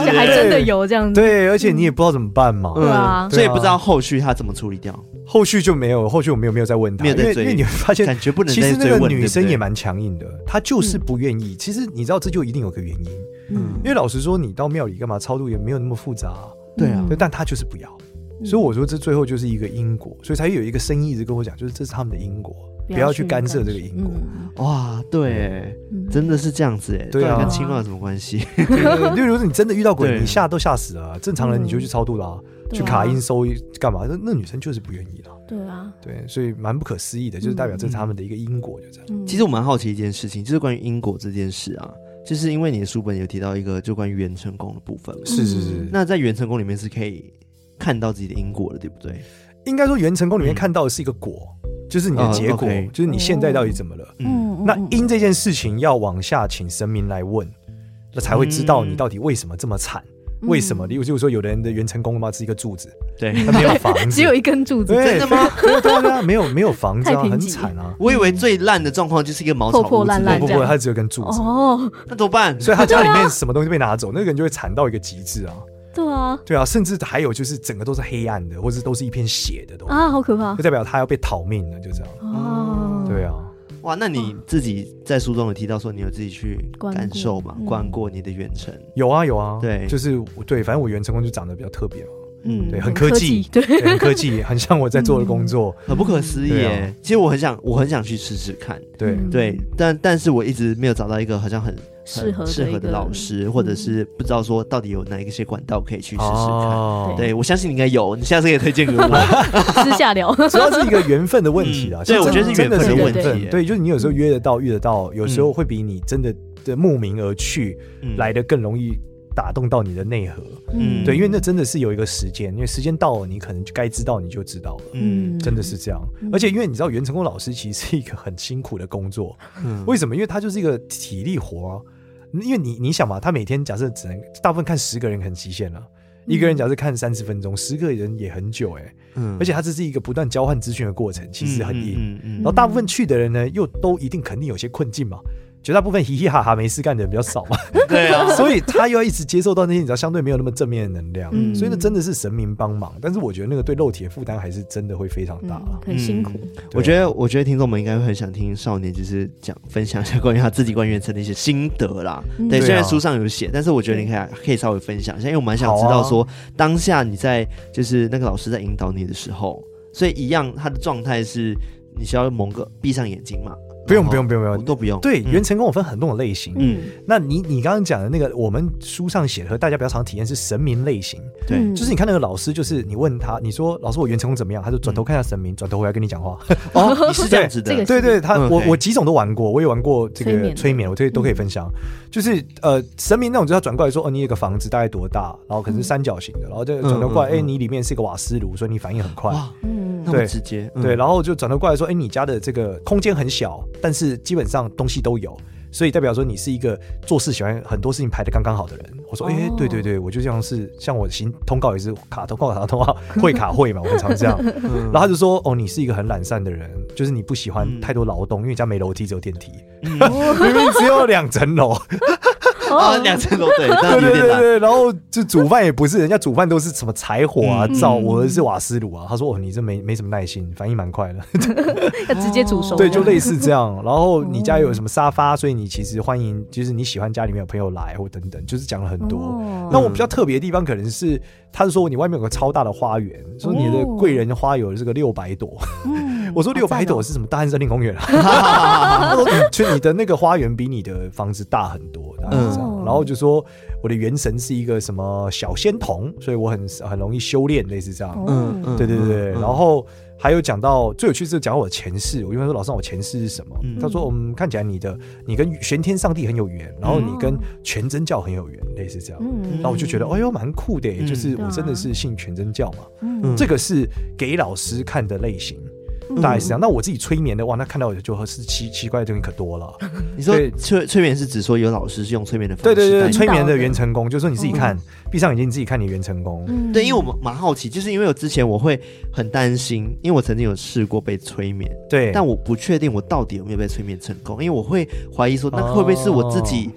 S1: 死
S2: 这
S1: 人！
S2: 还真的有这样子。
S3: 对，而且你也不知道怎么办嘛，
S1: 嗯
S2: 对啊
S1: 所以不知道后续他怎么处理掉，
S3: 后续就没有，后续我没有没有再问他，
S1: 没有
S3: 因
S1: 再
S3: 为
S1: 追
S3: 因为你会发现
S1: 感觉不能
S3: 其
S1: 再
S3: 实
S1: 追
S3: 那个
S1: 问。对
S3: 女
S1: 不嗯
S3: 生
S1: 对
S3: 也，蛮强硬的，她就是不愿意。其实你知道，这就一定有个原因，
S1: 嗯
S3: 因为老实说，你到庙里干嘛超度也没有那么复杂、
S1: 对啊
S3: 对，但她就是不要。
S2: 嗯
S3: 所以我说这最后就是一个因果，所以才有一个声音一直跟我讲，就是这是他们的因果，
S2: 不
S3: 不要去干涉这个因果。
S2: 嗯
S1: 哇，对，
S2: 嗯
S1: 真的是这样子哎，
S3: 对啊
S1: 到底跟青蛙有什么关系？ *laughs*
S3: 对对 *laughs* 对，例如你真的遇到鬼，
S1: 对
S3: 你吓都吓死了啊，正常人你就去超度啦、
S2: 嗯对啊
S3: 去卡音收干嘛？那那女生就是不愿意啦。
S2: 对啊，
S3: 对，所以蛮不可思议的，就是代表这是他们的一个因果，就这样。
S2: 嗯
S1: 其实我蛮好奇一件事情，就是关于因果这件事啊，就是因为你的书本有提到一个就关于元成功的部分嘛，
S3: 是是是，
S2: 嗯
S1: 那在元成功里面是可以看到自己的因果的，对不对？
S3: 应该说元成功里面看到的是一个果，就是你的结果，
S1: 哦，OK
S3: 就是你现在到底怎么了。
S1: 嗯，
S2: 嗯，嗯
S3: 那
S2: 嗯
S3: 因这件事情要往下请神明来问，那才会知道你到底为什么这么惨，
S2: 嗯
S3: 为什么？例如，就是说有的人的元成功了吗？是一个
S2: *laughs*
S3: 柱子，
S1: 对 *laughs*
S3: 他。没有房子，
S2: 只有一根柱子，
S1: 真
S3: 对
S1: 的吗？
S3: 没有对啊，没有没有房子啊，
S2: 太贫瘠
S3: 很惨啊，
S1: 我以为最烂的状况就是一个茅草屋
S2: 破破烂烂
S1: 之类
S2: 这
S3: 不
S1: 的
S2: 样
S3: 过他只有根柱子，
S2: 哦，
S1: 那怎么办？
S3: 所以他家里面什么东西被拿走，那 *laughs* 个人就会惨到一个极致啊。
S2: 对啊，
S3: 对啊，甚至还有就是整个都是黑暗的，或者都是一片血的东西，
S2: 啊，好可怕
S3: 就代表他要被讨命了，就这样。
S2: 哦，
S3: 对啊，
S1: 哇，那你自己在书中有提到说你有自己去
S2: 观
S1: 感
S2: 过
S1: 受嘛，
S2: 嗯
S1: 观过你的远程，
S3: 有啊有啊，
S1: 对
S3: 就是我对，反正我原成功就长得比较特别嘛，
S1: 嗯
S3: 对
S2: 很
S3: 很科技
S2: 技，对，
S3: 对很科技，很像我在做的工作。
S1: 很不可思议
S3: 对啊
S1: 耶。其实我很想，我很想去试试看，
S3: 对，
S2: 嗯
S1: 对，但但是我一直没有找到一个好像很
S2: 适合
S1: 很适
S2: 的
S1: 合的
S2: 一个
S1: 老师，或者是不知道说到底有哪一些管道可以去试试看。
S3: 哦
S1: 对，我相信你应该有，你下次可以推荐给
S3: *laughs*
S1: 我。
S2: 私下聊，
S3: 主
S2: *laughs*
S3: 要是一个缘分的问题啦。
S1: 嗯对
S3: 像
S1: 我觉得
S3: 真
S1: 是缘
S3: 的
S1: 分
S3: 是
S2: 的
S3: 缘
S2: 问题
S3: 分
S1: 耶嗯
S3: 对，就是你有时候约得到，约得到，有时候会比你真的的慕名而去
S1: 嗯
S3: 来的更容易打动到你的内核。
S1: 嗯
S3: 对，因为那真的是有一个时间，因为时间到了，你可能就该知道你就知道了。
S1: 嗯
S3: 真的是这样，而且因为你知道袁成功老师其实是一个很辛苦的工作，
S1: 嗯
S3: 为什么？因为他就是一个体力活、啊，因为你你想嘛，他每天假设只能大部分看十个人很极限了、一个人假设看三十分钟，十个人也很久哎、
S1: 嗯
S3: 而且它这是一个不断交换资讯的过程，其实很硬。
S1: 嗯嗯
S3: 然
S1: 嗯
S3: 后大部分去的人呢，又都一定肯定有些困境嘛，绝大部分嘻嘻哈哈没事干的人比较少嘛，
S1: 嗯对啊，
S3: *laughs* 所以他又要一直接受到那些你知道相对没有那么正面的能量，
S2: 嗯
S3: 所以那真的是神明帮忙，但是我觉得那个对肉体的负担还是真的会非常大
S2: 嗯
S3: 了。
S2: 很辛苦，
S1: 嗯我觉得，我觉得听众们应该会很想听少年，就是讲分享一下关于他自己关于原神的一些心得啦。
S2: 嗯
S1: 对，
S3: 对啊
S1: 虽然书上有写，但是我觉得你可以啊可以稍微分享一下，因为我蛮想知道
S3: 啊
S1: 说、当下你在就是那个老师在引导你的时候，所以一样他的状态是你需要蒙个闭上眼睛嘛？
S3: 不用
S1: 然后
S3: 不用不用不用
S1: 都不用。
S3: 对，
S1: 嗯
S3: 原成功我分很多种类型，
S1: 嗯
S3: 那你你刚刚讲的那个，我们书上写的和大家比较常体验是神明类型，
S1: 对
S2: 嗯
S3: 就是你看那个老师，就是你问他，你说老师我原成功怎么样，他就转头看一下神明，转头回来跟你讲话。哦，
S2: *laughs*
S1: 你是这样子的，
S2: 这个
S3: 对对，他、
S1: 嗯
S3: 我
S1: OK
S3: 我几种都玩过，我也玩过这
S2: 催
S3: 个
S2: 眠嗯
S3: 催眠，我这些都可以分享。就是呃，神明那种，就是他转过来说，哦，你有个房子大概多大，然
S2: 嗯
S3: 后可能是三角形的，然后就转头过来，
S1: 嗯嗯
S3: 哎、
S1: 嗯
S3: 你里面是个瓦斯炉，所以你反应很快。
S1: 哇，
S2: 嗯
S1: 那么
S3: 对
S1: 直接，嗯
S3: 对，然后就转头过来说，哎，你家的这个空间很小，但是基本上东西都有。所以代表说你是一个做事喜欢很多事情排的刚刚好的人。我说，
S2: 哦
S3: 哎、对对对，我就像是像我行通告也是卡通告卡通话会卡会嘛，我很常这样。
S1: *laughs* 嗯
S3: 然后他就说，哦，你是一个很懒散的人，就是你不喜欢
S1: 嗯
S3: *laughs* 太多劳动，因为你家没楼梯只有电梯。
S1: 嗯
S2: 哦
S3: 明明只有两层楼，
S1: 啊，两层楼对， *laughs* 那有
S3: 对对
S1: 点
S3: 对
S1: 难。
S3: 对，然后就煮饭也不是，人家煮饭都是什么柴火啊、
S1: 嗯
S3: 灶，我的是瓦斯炉啊。他说：“哦，你这没没什么耐心，反应蛮快的。
S2: 要直接煮熟。
S3: 对，就类似这样。然
S2: *laughs*
S3: 后你家有什么沙发，所以你其实欢迎，就是你喜欢家里面有朋友来或等等，就是讲了很多。
S2: 哦
S3: 那我比较特别的地方可能是，他是说你外面有个超大的花园，说你的贵人花有这个六
S2: *laughs*
S3: 百朵。
S2: 嗯
S3: 我说六百朵
S2: 哦好赞哦
S3: 是什么？大汉森林公园
S2: *laughs*
S3: 啊？他说嗯就你的那个花园比你的房子大很多，大概是这样啊
S2: 嗯
S3: 然后就说我的元神是一个什么小仙童，所以我很很容易修炼，类似这样。
S2: 哦
S1: 嗯嗯，
S3: 对对对对，
S1: 嗯
S3: 然后还有讲到最有趣是讲我的前世，我因为说老师让我前世是什么，
S1: 嗯
S3: 他说嗯看起来你的你跟玄天上帝很有缘，然后你跟全真教很有缘，类似这样。
S2: 嗯
S3: 然后我就觉得，哎呦，蛮酷的耶，
S1: 嗯
S3: 就是
S2: 对
S3: 我
S2: 啊
S3: 真的是信全真教嘛。
S1: 嗯
S2: 嗯
S3: 这个是给老师看的类型，大概是这样。那我自己催眠的话，那看到的就是奇奇怪的东西可多了。
S1: 你说
S3: 对
S1: 催催眠是指说有老师是用催眠的方
S3: 对
S1: 式带
S3: 对
S1: 你，
S3: 对，催眠
S2: 引导
S3: 的
S2: 的
S3: 元成功，就是说你自己看，闭上眼睛你自己看你元成功。
S2: 嗯
S1: 对，因为我蛮蛮好奇，就是因为我之前我会很担心，因为我曾经有试过被催眠，
S3: 对，
S1: 但我不确定我到底有没有被催眠成功，因为我会怀疑说，那会不会是我自己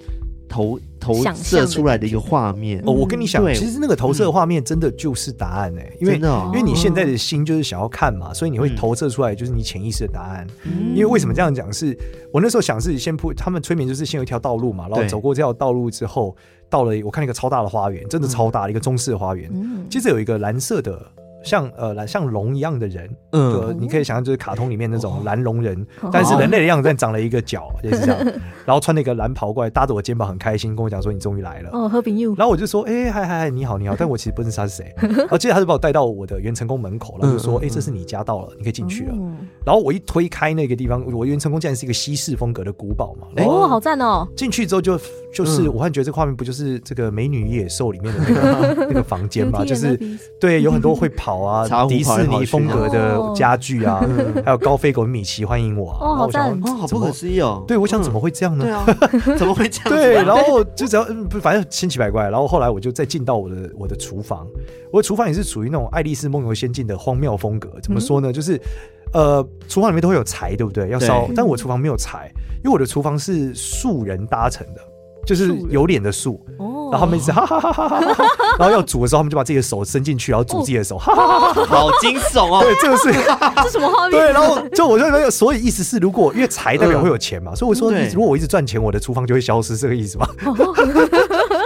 S1: 投投
S2: 想象
S1: 射
S2: 的
S1: 出来的一个画面
S3: 哦
S1: 嗯
S3: 哦，？我跟你讲，
S1: 对
S3: 其实那个投射画面真的就是答案哎，因为
S1: 真的哦
S3: 因为你现在的心就是想要看嘛，所以你会
S1: 嗯
S3: 投射出来就是你潜意识的答案。
S2: 嗯
S3: 因为为什么这样讲是？我那时候想是先铺，他们催眠就是先有一条道路嘛，然后
S1: 对
S3: 走过这条道路之后，到了我看了一个超大的花园，真的超大的一个中式的花园，
S2: 嗯
S3: 接着有一个蓝色的。像呃蓝像龙一样的人，呃，
S1: 嗯，
S3: 你可以想象就是卡通里面那种蓝龙人，
S2: 哦
S3: 但是人类的
S2: *laughs*
S3: 样子，但长了一个角，也是这样，然后穿了一个蓝袍过来，搭着我肩膀，很开心，跟我讲说你终于来了。
S2: 哦，和平 you
S3: *laughs* 然后我就说，哎、嗨嗨嗨，你好，你好，但我其实不认识他是谁。然后接着他就把我带到我的元成功门
S1: *laughs*
S3: 口，然后就
S1: 嗯
S3: 说，
S1: 嗯哦
S3: 哎、这是你家到了，你可以进去了。
S2: 嗯
S3: 然后我一推开那个地方，我元成功竟然是一个西式风格的古堡
S1: *laughs*
S3: 嘛。然后
S2: 哦，好赞哦，
S3: 进去之后就就是，
S1: 嗯
S3: 我还觉得这个画面不就是这个《美女与野兽》里面的那
S1: *laughs*
S3: 个那个房间嘛，
S2: Beauty
S3: 就
S2: and
S3: 是
S2: the Beast
S3: 对，有很多会跑
S1: 茶
S3: 啊，
S1: 壶
S3: 迪
S1: 跑
S3: 士
S1: 来跑
S3: 尼
S1: 去
S3: 风格的
S2: 哦
S3: 家具
S1: *laughs*
S3: 啊，还有高飞狗米奇欢迎我啊。
S2: 哦
S3: 然后我想
S2: 好赞
S3: 说
S1: 哦，好不可思议哦！
S3: 对，我想怎么
S1: 嗯
S3: 会这样呢
S1: 对？
S3: *laughs*
S1: 啊？怎么会这样子啊？ *laughs*
S3: 对，然后就只要嗯不，反正千奇百怪。然后后来我就再进到我的我的厨房，我的厨房也是属于那种《爱丽丝梦游仙境》的荒谬风格。怎么说呢？就是呃，厨房里面都会有柴，对不对？要烧
S1: 对，
S3: 但我厨房没有柴，因为我的厨房是素人搭成的。就是
S2: 素人
S3: 有脸的素，
S2: 哦，
S3: 然后他们一直哈哈哈哈哈哈，然后要煮的时候，他们就把自己的手伸进去，然后煮自己的手，哈哈哈哈。
S1: 好惊悚哦！
S3: 对，这个是
S2: 这什么画面？
S3: *laughs* 对，然后就我就没有，所以意思是，如果因为财代表会有钱嘛，所以我说
S1: 嗯对，
S3: 如果我一直赚钱，我的厨房就会消失，这个意思吗？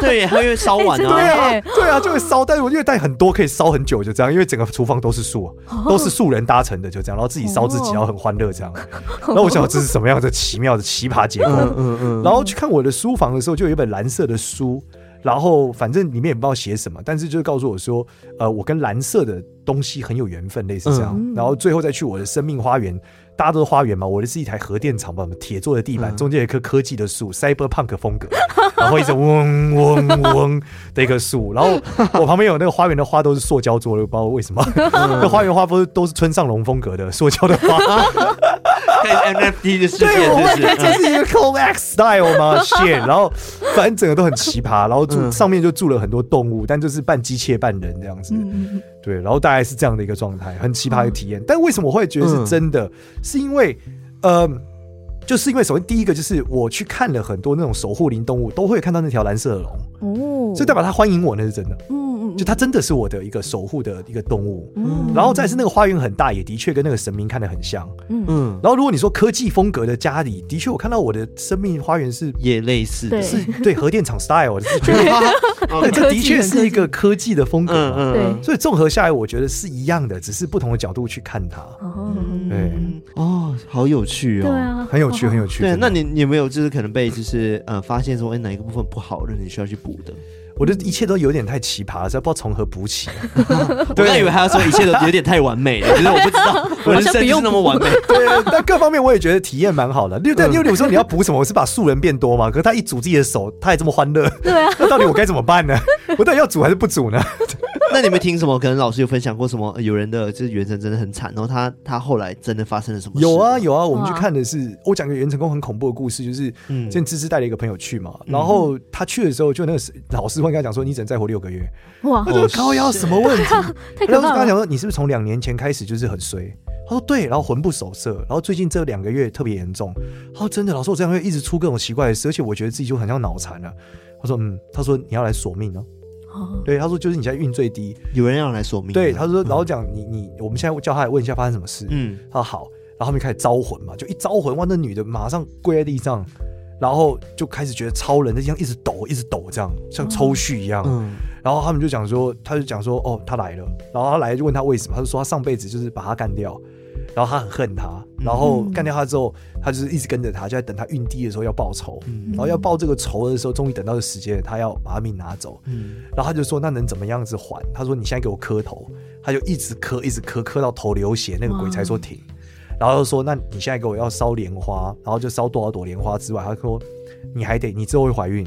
S1: 对，还会烧完
S2: 哎真的
S1: 啊
S3: 对
S2: 耶。
S3: 啊，对啊，就会烧，但是我因为带很多可以烧很久，就这样，因为整个厨房都是树啊，都是树人搭成的，就这样，然后自己烧自己，
S2: 哦
S3: 然后很欢乐这样。然后我想这是什么样的奇妙的奇葩结
S1: 嗯
S3: 构？
S1: 嗯嗯，
S3: 然后去看我的书房的时候，就有一本蓝色的书，然后反正里面也不知道写什么，但是就是告诉我说，呃，我跟蓝色的东西很有缘分，类似这样。
S2: 嗯
S3: 然后最后再去我的生命花园，大家都是花园嘛，我的是一台核电厂吧，铁做的地板，
S1: 嗯
S3: 中间有一棵科技的树，cyberpunk 风格，然后一直嗡嗡嗡的一棵树，然后我旁边有那个花园的花都是塑胶做的，我不知道为什么，
S1: 嗯
S3: 那花园花不是都是村上龙风格的塑胶的花。
S1: 看 NFT 的世界
S3: 对，我问
S1: 是
S3: 他
S1: *laughs* 不是？
S3: 这是一个 callback style 吗？shit，然后反正整个都很奇葩，然后住、
S1: 嗯
S3: 上面就住了很多动物，但就是半机械半人这样子。
S2: 嗯，嗯
S3: 对，然后大概是这样的一个状态，很奇葩的体验。但为什么我会觉得是真的？是因为，呃，就是因为首先第一个就是我去看了很多那种守护灵动物，都会看到那条蓝色的龙，
S2: 嗯哦，
S3: 所以代表它欢迎我，那是真的，
S2: 嗯嗯
S3: 就它真的是我的一个守护的一个动物。
S2: 嗯
S3: 然后再是那个花园很大，也的确跟那个神明看得很像。
S2: 嗯
S1: 嗯，
S3: 然后如果你说科技风格的家里，的确我看到我的生命花园是
S1: 也类似，
S2: 对
S3: 是对核电厂 style 的，是觉得对，
S1: 嗯
S3: 这的确是一个科技的风格
S1: 嗯
S3: 嘛。
S1: 嗯
S3: 所以综合下来，我觉得是一样的，只是不同的角度去看它，
S2: 哦，
S1: 嗯，
S3: 对
S1: 嗯，哦，好有趣哦，
S2: 对啊，
S3: 很有趣，
S2: 哦
S3: 很有趣。
S1: 对，
S3: 真的
S1: 那你你有没有就是可能被就是呃发现说，哎、哪一个部分不好了，你需要去补的？
S3: 我的一切都有点太奇葩了，所以不知道从何补起。啊
S1: *laughs* 我刚以为他要说一切都有点太完 *laughs* 美了，就是我不知道我人生就是那么完美。
S3: 对，但各方面我也觉得体验蛮好的。六但六六说你要补什么？我是把素人变多嘛？可是他一煮自己的手，他也这么欢乐，
S2: 对啊，
S3: *laughs* 那到底我该怎么办呢？我到底要煮还是不煮呢？
S1: *laughs* 那你们听什么？可能老师有分享过什么？呃有人的就是原神真的很惨，然后他他后来真的发生了什么事？
S3: 有啊，有啊，我们去
S2: 哇
S3: 看的是我讲个袁成功很恐怖的故事，就是
S1: 嗯
S3: 之前芝芝带了一个朋友去
S2: 嗯
S3: 嘛，然后他去的时候，就那个老师会跟他讲说，你只能再活六个月，
S2: 哇
S3: 他，就高腰什么问题？
S2: 哦 *laughs* 太
S3: 然
S2: 可
S3: 后跟
S2: 怕
S3: 他
S2: 了
S3: 讲，说，你是不是从两年前开始就是很衰？他说对，然后魂不守舍，然后最近这两个月特别严重。他说真的，老师，我这两个月一直出各种奇怪的事，而且我觉得自己就很像脑残了。他说嗯，他说你要来索命哦。
S2: 哦，
S3: 对，他说就是你现在运最低。
S2: 啊
S1: 有人要来索命啊吗，
S3: 对，他
S2: 嗯
S3: 说然后讲你你，我们现在叫他来问一下发生什么事。
S1: 嗯，
S3: 他说好，然后他们就开始招魂嘛，就一招魂，哇，那女的马上跪在地上，然后就开始觉得超人，就这样一直抖，一直抖，这样像抽搐一样。
S1: 嗯
S3: 然后他们就讲说，他就讲说，哦，他来了。然后他来就问他为什么，他就说他上辈子就是把他干掉，然后他很恨他，然后
S2: 嗯
S3: 干掉他之后，他就是一直跟着他，就在等他运低的时候要报仇。
S1: 嗯
S3: 然后要报这个仇的时候，终于等到的时间了，他要把他命拿走。
S1: 嗯，
S3: 然后他就说：“那能怎么样子还？”他说：“你现在给我磕头。”他就一直磕，一直磕，磕到头流血，那个鬼才说停。然后就说：“那你现在给我要烧莲花，然后就烧多少朵莲花之外，他说你还得你之后会怀孕，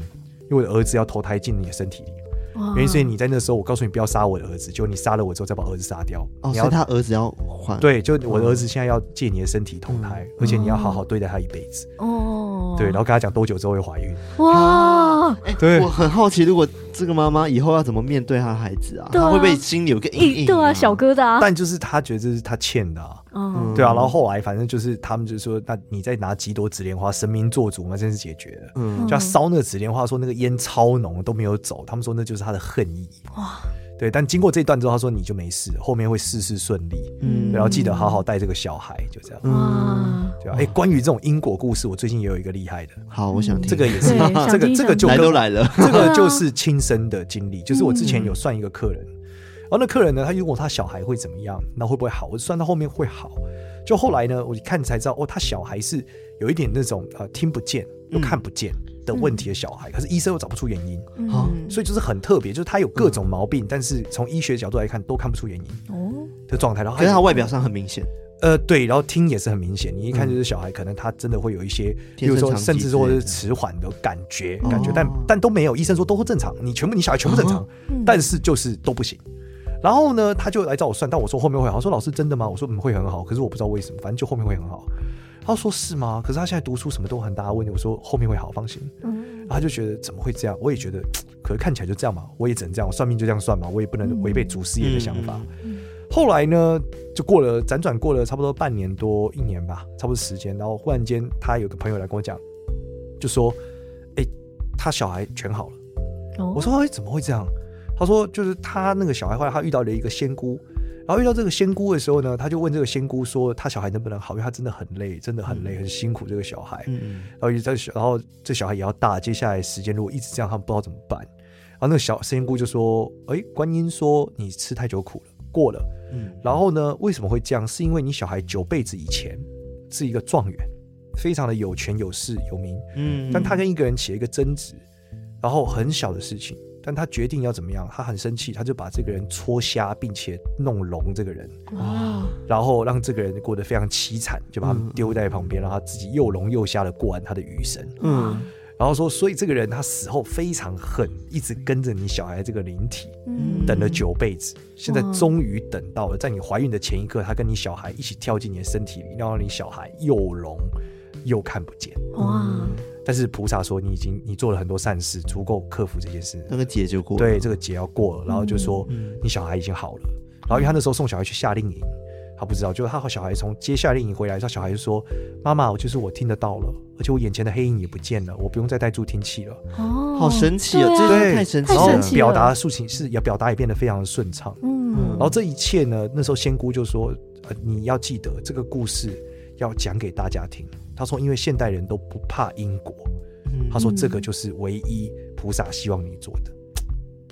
S3: 因为我的儿子要投胎进你的身体里。
S1: 啊
S2: 哇
S3: 原因是你在那时候我告诉你不要杀我的儿子，就你杀了我之后再把儿子杀掉。
S1: 哦，
S3: 你
S1: 所
S3: 要
S1: 以他哦儿子要还，，
S3: 对，就我的儿子现在要借你的身体投胎，
S1: 嗯
S3: 而且你要好好对待他一辈子。
S2: 哦，
S3: 对，然后跟他讲多久之后会怀孕。
S1: 啊
S2: 哇，
S3: 对
S1: 哎我很好奇，如果这个妈妈以后要怎么面对她孩子啊？
S2: 对啊
S1: 她会不会心里有个阴
S2: 一
S1: 影？
S2: 对啊，小，疙瘩，
S3: 但就是他觉得这是他欠的、啊。
S2: 嗯，
S3: 对啊，然后后来反正就是他们就说，那你再拿几朵紫莲花，神明做主嘛，真是解决了。
S1: 嗯
S3: 就他烧那个紫莲花，说那个烟超浓都没有走，他们说那就是他的恨意。
S2: 哇，
S3: 对，但经过这一段之后，他说你就没事，后面会事事顺利，
S1: 嗯
S3: 对然后记得好好带这个小孩，就这样。
S2: 嗯哇，
S3: 对啊，哎，关于这种因果故事，我最近也有一个厉害的，
S1: 好，我想听
S3: 这个也
S2: 对
S3: 是
S2: 想，
S3: 这个
S2: 听
S3: 这
S2: 想
S3: 个就
S1: 来
S3: 跟
S1: 都来了，
S3: *laughs* 这
S2: 对
S3: 个
S2: 啊嗯
S3: 就是亲身的经历，就是我之前有算一个客人，然后那客人呢，他就问我他小孩会怎么样，那会不会好？我算到后面会好，就后来呢，我一看才知道，哦，他小孩是有一点那种呃听不见又看不见的问题的小孩，可是医生又找不出原因，
S1: 好
S2: 嗯嗯，
S3: 所以就是很特别，就是他有各种毛病，但是从医学角度来看都看不出原因
S2: 哦，
S3: 的状态，然后
S1: 可是她
S3: 他
S1: 外表上很明显，
S3: 呃，对，然后听也是很明显，你一看就是小孩，可能他真的会有一些，比
S1: 嗯天生
S3: 如说
S1: 长
S3: 甚
S1: 疾
S3: 至
S1: 之类
S3: 说
S1: 的
S3: 是迟缓的感觉，
S1: 哦
S3: 感觉，但但都没有，医生说都正常，你全部你小孩全部正常，
S2: 嗯
S3: 但是就是都不行。然后呢，他就来找我算，但我说后面会好，我说老师真的吗？我说嗯会很好，可是我不知道为什么，反正就后面会很好。他说是吗？可是他现在读书什么都有很大的问题。我说后面会好，放心。
S2: 嗯
S3: 然后他就觉得怎么会这样？我也觉得，可是看起来就这样嘛，我也只能这样，我算命就这样算嘛，我也不能
S2: 嗯
S3: 违背祖师爷的想法。
S2: 嗯嗯
S3: 后来呢，就过了辗转过了差不多半年多一年吧，差不多时间，然后忽然间他有个朋友来跟我讲，就说：“哎、他小孩全好了。”
S2: 哦
S3: 我说：“哎、怎么会这样？”他说：“就是他那个小孩后来他遇到了一个仙姑，然后遇到这个仙姑的时候呢，他就问这个仙姑说他小孩能不能好，因为他真的很累，真的很
S2: 嗯
S3: 累，很辛苦这个小孩。
S1: 嗯，
S3: 然后这小，然后这小孩也要大，接下来时间如果一直这样，他们不知道怎么办。然后那个小仙姑就说：“哎，观音说你吃太久苦了，过了。
S1: 嗯
S3: 然后呢，为什么会这样？是因为你小孩九辈子以前是一个状元，非常的有权有势有名，
S1: 嗯
S3: 但他跟一个人起了一个争执，然后很小的事情，但他决定要怎么样，他很生气，他就把这个人戳瞎，并且弄聋这个人。”
S2: 哇，
S3: 然后让这个人过得非常凄惨，就把他们丢在旁边，让他自己又聋又瞎的过完他的余生。
S1: 嗯
S3: 然后说，所以这个人他死后非常恨，一直跟着你小孩这个灵体，
S2: 嗯
S3: 等了九辈子，现在终于等到了，在你怀孕的前一刻，他跟你小孩一起跳进你的身体里，让你小孩又聋又看不见。
S2: 哇，
S3: 但是菩萨说，你已经你做了很多善事，足够克服这件事。
S1: 那个解救过了，
S3: 对，这个节要过了，然后就说、你小孩已经好了。然后因为他那时候送小孩去夏令营，他不知道，就是他和小孩从接夏令营回来，他小孩就说：“妈妈，我就是我听得到了，而且我眼前的黑影也不见了，我不用再戴助听器了。
S2: 哦，
S1: 好神奇哦，
S2: 对啊
S1: 这真
S3: 对
S1: 的太神奇
S2: 太
S3: 然后
S2: 神
S1: 了，
S2: 奇
S3: 表
S2: 了
S3: 达的事情是也表达也变得非常的顺畅。
S2: 嗯
S3: 然后这一切呢，那时候仙姑就说：“呃，你要记得这个故事要讲给大家听。”他说：“因为现代人都不怕因果，
S1: 嗯
S3: 他说这个就是唯一菩萨希望你做的，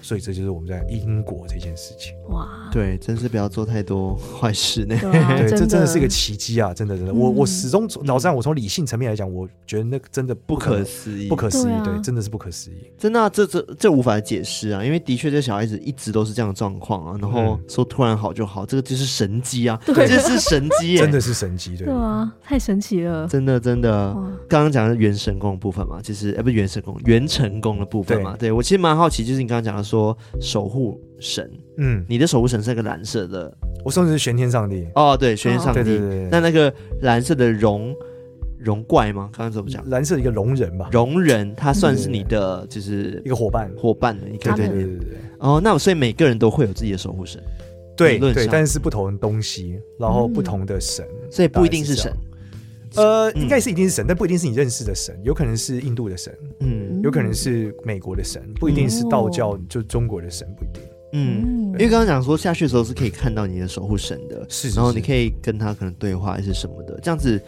S3: 所以这就是我们在因果这件事情。”
S1: *laughs*
S2: 哇，
S1: 对，真是不要做太多坏事呢。
S2: 对啊
S3: *laughs* 对，这真
S2: 真的
S3: 的是一个奇迹啊！真的，真的，我
S2: 嗯
S3: 我始终老实讲，我从理性层面来讲，我觉得那个真的
S1: 不
S3: 不
S1: 可
S3: 可
S1: 思议，
S3: 不可思
S2: 对
S3: 议，
S2: 啊
S3: 对，真的是不可思议。
S1: 真的啊、这这这无法解释啊，因为的确这小孩子一直都是这样的状况啊，然后
S3: 嗯
S1: 说突然好就好，这个就是神机啊，
S2: 对
S1: 这是神机 *laughs* 耶、
S3: 真的是神迹，对
S2: 对，啊，太神奇了，
S1: 真的真的
S2: 哇。
S1: 刚刚讲的元神功的部分嘛，其实呃不是元神功，元成功的部分嘛，对我其实蛮好奇，就是你刚刚讲的说守护神，
S3: 嗯，
S1: 你的守护神是那个蓝色的
S3: 我甚至是玄天上帝，
S1: 哦，对，玄天上帝，
S3: 对对对
S1: 那
S3: 对，
S1: 那个蓝色的龙龙怪吗？刚刚怎么讲？
S3: 蓝色一个龙人吧，
S1: 龙人他算是你的就是
S3: 一个伙伴，
S1: 伙伴的一个
S2: 他
S1: 概
S3: 对
S2: 们
S3: 对
S1: 念
S3: 对对
S1: 哦，那所以每个人都会有自己的守护神。理
S3: 对对
S1: 论
S3: 对，
S1: 上
S3: 但是不同的东西，然后不同的神，
S1: 所以不一定是神
S3: 大概，呃，
S1: 嗯
S3: 应该是一定是神，但不一定是你认识的神，有可能是印度的神，
S1: 嗯
S3: 有可能是美国的神，不一定是道教，就中国的神，不一定。
S1: 嗯。
S2: 嗯
S1: 因为刚刚讲说下去的时候是可以看到你的守护神的，
S3: 是是
S1: 然后
S3: 是
S1: 你可以跟他可能对话还是什么的，这样子。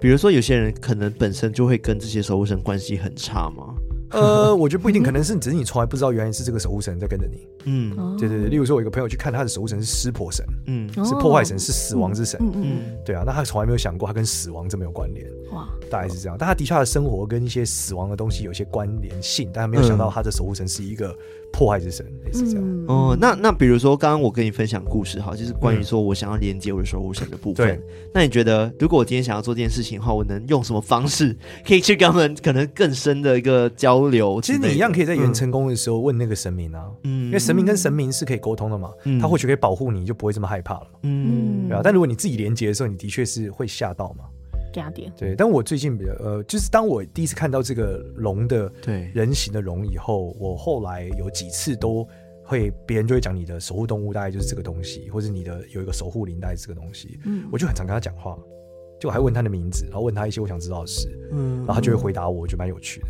S1: 比如说有些人可能本身就会跟这些守护神关系很差嘛，
S3: 呃，我觉得不一定，可能是只是你从来不知道，原来是这个守护神在跟着你。
S1: 嗯
S2: 哦
S3: 对对对，例如说，我有一个朋友去看他的守护神是湿婆神，
S1: 嗯
S3: 是破坏神，是死亡之神。
S2: 嗯嗯
S1: 嗯
S3: 对啊，那他从来没有想过他跟死亡这么有关联，
S2: 嗯，哇，
S3: 大概是这样。但他的确他的生活跟一些死亡的东西有一些关联性，但他没有
S1: 嗯
S3: 想到他的守护神是一个破坏之神，类似这样。
S2: 嗯
S1: 哦，那那比如说刚刚我跟你分享故事哈，就是关于
S3: 嗯
S1: 说我想要连接我的守护神的部分
S3: 对。
S1: 那你觉得如果我今天想要做这件事情的话，我能用什么方式可以去跟他们可能更深的一个交流之
S3: 其
S1: 类
S3: 实
S1: 的？
S3: 你一样可以在元
S1: 嗯，
S3: 成功的时候问那个神明啊，因
S1: 嗯
S3: 为神明跟神明是可以沟通的嘛，
S1: 嗯
S3: 他或许可以保护你，你就不会这么害怕了嘛，
S1: 嗯
S3: 对啊。但如果你自己连接的时候，你的确是会吓到嘛，
S2: 嗲点，
S3: 对。但我最近比较呃，就是当我第一次看到这个龙的
S1: 对，
S3: 人形的龙以后，我后来有几次都会别人就会讲你的守护动物大概就是这个东西，或者你的有一个守护灵大概是这个东西，
S2: 嗯
S3: 我就很常跟他讲话，就我还问他的名字，然后问他一些我想知道的事，
S1: 嗯
S3: 然后他就会回答我，我觉得蛮有
S1: *laughs*
S3: 趣的。，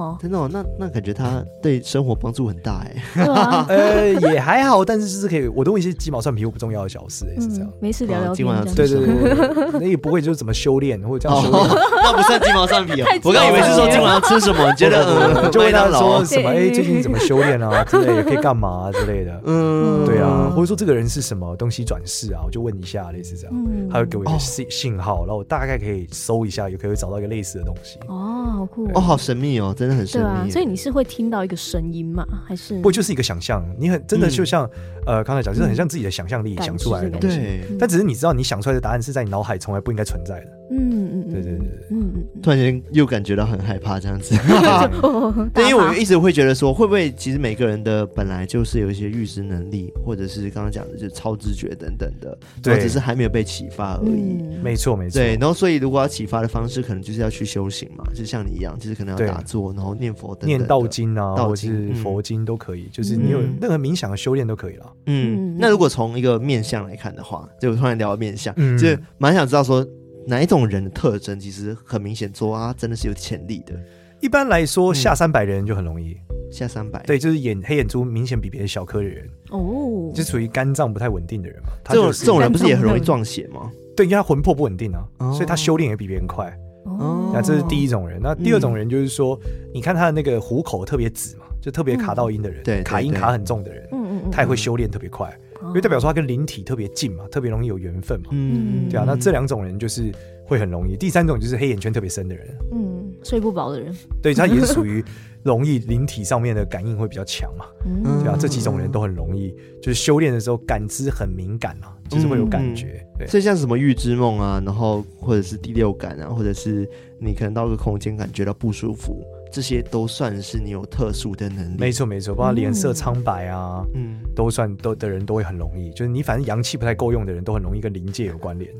S2: 哦，
S1: 真的、哦，那那感觉他对生活帮助很大哎。
S2: 对啊
S3: *laughs* 呃，也还好，但是就是可以，我都问一些鸡毛蒜皮我不重要的小事，也是这样
S2: 嗯。，没事聊
S1: 哦
S2: 聊
S1: 今
S2: 天
S1: 晚要
S2: 这
S1: 吃
S2: 样
S3: 对
S2: 子，
S3: 对对对，对那也不会就是怎么修炼或
S1: *laughs*
S3: 者这样修炼。
S1: 哦，那不算鸡毛蒜
S2: *laughs*
S1: 皮哦
S2: 太。鸡
S1: 我
S2: 毛
S1: 刚以为是说
S2: 蒜皮了
S1: 今晚要吃什么，觉得
S3: 我
S1: 嗯，
S3: 就问
S1: 麦
S3: 他
S1: 当劳
S3: 说
S1: 哦
S3: 什么？哎，
S1: *laughs*
S3: 最近怎么修炼啊？之类的，可以干嘛啊之类的。
S1: 嗯，
S3: 对啊，
S2: 嗯
S3: 或者说这个人是什么东西转世啊？我就问一下，类似这样。
S2: 嗯
S3: 他会给我一
S1: 哦
S3: 个信信号，然后我大概可以搜一下，也可以找到一个类似的东西。
S2: 哦，好酷
S1: 哦，，好神秘哦，真的很神
S2: 对
S1: 秘
S2: 啊
S1: 耶。，
S2: 所以你是会听到一个声音吗？还是
S3: 不过就是一个想象，你很真的就像
S1: 嗯
S3: 呃刚才讲，就是很像自己的想象力
S2: 感
S3: 想出来的
S2: 知的
S3: 东
S2: 感
S3: 西。
S1: 对，
S3: 但只是你知道，你想出来的答案是在你脑海从来不应该存在的。
S2: 嗯嗯嗯，
S3: 对对对对
S2: 嗯嗯嗯
S1: 突然间又感觉到很害怕这样
S3: *laughs*
S1: 子。 *laughs*
S3: 啊
S2: 哦，
S1: 但因为
S2: 打
S1: 我
S2: 法
S1: 一直会觉得说，会不会其实每个人的本来就是有一些预知能力，或者是刚刚讲的就是超知觉等等的，
S3: 对
S1: 然后只是还没有被启发而已。
S2: 嗯
S3: 没错，没错。
S1: 对，然后所以如果要启发的方式，可能就是要去修行嘛，就像你一样，就是可能要
S3: 对
S1: 打坐，然后念佛等等。
S3: 念道，经啊，
S1: 道
S3: 或
S1: 经嗯
S3: 是佛经都可以，就是你有
S1: 嗯
S3: 任何冥想的修炼都可以了。
S1: 嗯
S2: 嗯。
S1: 那如果从一个面相来看的话，就突然聊到面相，
S3: 嗯
S1: 就是蛮想知道说哪一种人的特征，其实很明显说啊，真的是有潜力的。
S3: 一般来
S1: 嗯
S3: 说，下三百的人就很容易，
S1: 下三百，，
S3: 对，就是眼黑眼珠明显比别人小颗的人，
S2: 哦，
S3: 就属于肝脏不太稳定的人嘛。他
S1: 这种
S3: 就是
S1: 这种人不是也很容易撞邪吗？
S3: 对，因为他魂魄不稳定啊，
S1: 哦
S3: 所以他修炼也比别人快。
S1: 哦
S3: 啊
S1: 嗯
S3: 那这是第
S2: 一，
S3: 一种人。那第二种人就是说，你看他的那个虎口特别紫嘛，就特别卡到音的人，
S1: 嗯对
S3: 卡音
S1: 对对
S3: 卡很重的人，
S2: 嗯嗯嗯，
S3: 他也会修炼特别快，因为代表说他跟灵体特别近嘛，特别容易有缘分嘛。
S1: 嗯，
S3: 对啊，那这两种人就是会很容易。第三种就是黑眼圈特别深的人，
S2: 嗯睡不饱的人，
S3: 对，他也是属于容易灵体上面的感应会比较强嘛，
S2: 嗯
S3: 对啊，这几种人都很容易，就是修炼的时候感知很敏感啊，就是会有感觉，对，
S1: 所以像什么预知梦啊，然后或者是第六感啊，或者是你可能到一个空间感觉到不舒服，这些都算是你有特殊的能力。
S3: 没，错没错，包括脸色苍白啊，
S1: 嗯，
S3: 都算都的人都会很容易，就是你反正阳气不太够用的人都很容易跟灵界有
S1: *laughs*
S3: 关联，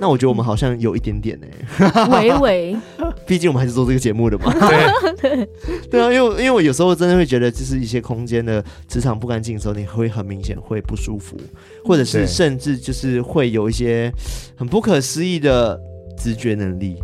S1: 那我觉得我们好像有一点点 *laughs* 呢、
S2: 维维，
S1: 毕竟我们还是做这个节目的嘛。
S2: 嗯
S1: 对啊，因为我因为我有时候真的会觉得，就是一些空间的磁场不干净的时候，你会很明显会不舒服，或者是
S3: 对
S1: 甚至就是会有一些很不可思议的直觉能力。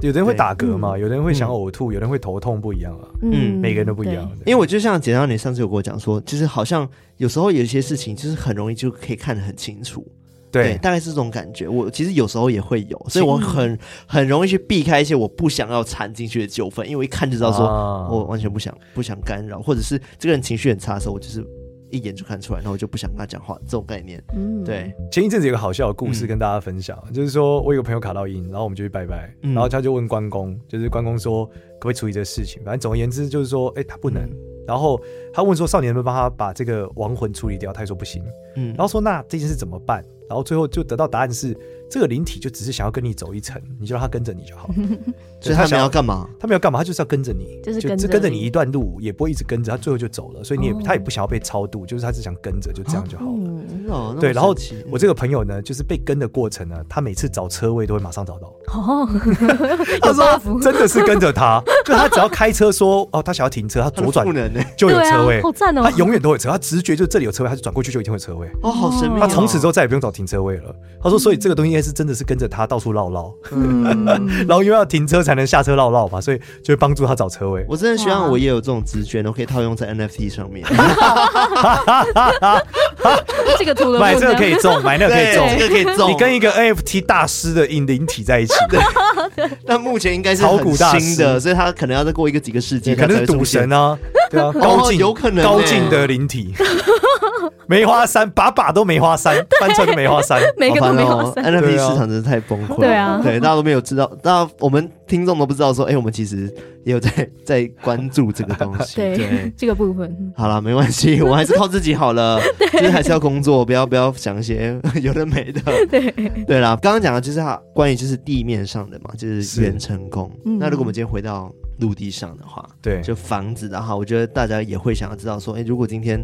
S3: 有的人会打嗝嘛，
S2: 嗯
S3: 有的人会想呕吐，有的人会头痛，不一样啊，
S1: 嗯
S3: 每个人都不一样。
S1: 因为我就像简单，你上次有跟我讲说，就是好像有时候有一些事情，就是很容易就可以看得很清楚，
S3: 对，
S1: 大概是这种感觉。我其实有时候也会有，所以我很很容易去避开一些我不想要掺进去的纠纷，因为我一看就知道说，
S3: 啊
S1: 我完全不想不想干扰，或者是这个人情绪很差的时候，我就是一眼就看出来，然后我就不想跟他讲话，这种概念。
S2: 嗯，
S1: 对，
S3: 前一阵子有个好笑的故事
S1: 嗯
S3: 跟大家分享，就是说我有个朋友卡到音，然后我们就去拜拜，
S1: 嗯
S3: 然后他就问关公，就是关公说可不可以处理这个事情，反正总而言之就是说，哎、他不能。
S1: 嗯
S3: 然后他问说少年能不能帮他把这个亡魂处理掉，他也说不行。
S1: 嗯，
S3: 然后说那这件事怎么办？然后最后就得到答案是，这个灵体就只是想要跟你走一层，你就让他跟着你就好了。
S1: 所以他
S3: 想
S1: 们要干嘛？
S3: 他没有干嘛，他就是要跟着你，
S2: 就是
S3: 就
S2: 跟着
S3: 跟着你
S2: 你
S3: 一段路，也不会一直跟着，他最后就走了。所以你也、
S2: 哦
S3: 他也不想要被超度，就是他只想跟着，就这样就好了。
S2: 嗯，
S1: 真的哦
S3: 啊对，然后我这
S1: 个
S3: 个朋友呢，就是被跟的过程呢，他每次找车位都会马上找到。
S2: 哦，
S3: 他说
S2: buff
S3: 真的是跟着他，就他只要开车说哦，他想要停车，他左转
S1: 不能欸呢，
S3: 就有车位
S2: 对啊，好赞哦
S3: 他永远都有车，他直觉就这里有车位，他就转过去就一定会有车位。
S1: 哦，好神秘哦。
S3: 他从此之后再也不用找停车位了。他说，所以这个东西该是真的是跟着他到处绕绕，
S1: 嗯，
S3: 然后因为要停车才能下车绕绕嘛，所以就会帮助他找车位。
S1: 我真的希望我也有这种资源，我可以套用在 NFT 上
S3: *laughs*
S1: 面。
S2: *laughs* 这个图的
S3: 买这个
S2: 问
S3: 可以
S2: 题
S1: *laughs*
S3: 中，买那个可以
S1: 对这
S3: 中。
S1: 个可以中。
S3: 你跟一个 NFT 大师的引灵体
S1: *laughs*
S3: 在一起，
S1: 但目前应该是
S3: 炒
S1: 很
S3: 股大
S1: 新的，
S3: 师
S1: 所以他可能要再过一个几个世纪，
S3: 可能是赌神
S1: 啊。
S3: 啊，对啊，高进
S1: 有可能欸
S3: 高进的灵体， *laughs* 梅花山把把都梅花山，翻船的梅花
S1: *laughs*
S3: 山，
S2: *laughs* 每个都没
S1: 好
S2: 有
S1: 烦
S2: 三
S1: 哦 NFT
S3: 对啊
S1: 市场真的太崩溃了，
S2: 对啊
S1: 对，大家都没有知道，大家我们听众都不知道说，哎，我们其实也有在在关注这个东西，
S2: *laughs* 对
S1: 对。
S2: 这个部分。
S1: 好啦，没关
S2: *laughs*
S1: 系，我还是靠自己好了。就是还是要工作，不要不要想一些有的没
S2: *laughs*
S1: 的。
S2: 对，
S1: 对啦，刚刚讲的就是它关于就是地面上的嘛，就是
S3: 是
S1: 元成功。
S2: 嗯
S1: 那如果我们今天回到陆地上的话，
S3: 对，
S1: 就房子的话，我觉得大家也会想要知道说，哎诶，如果今天，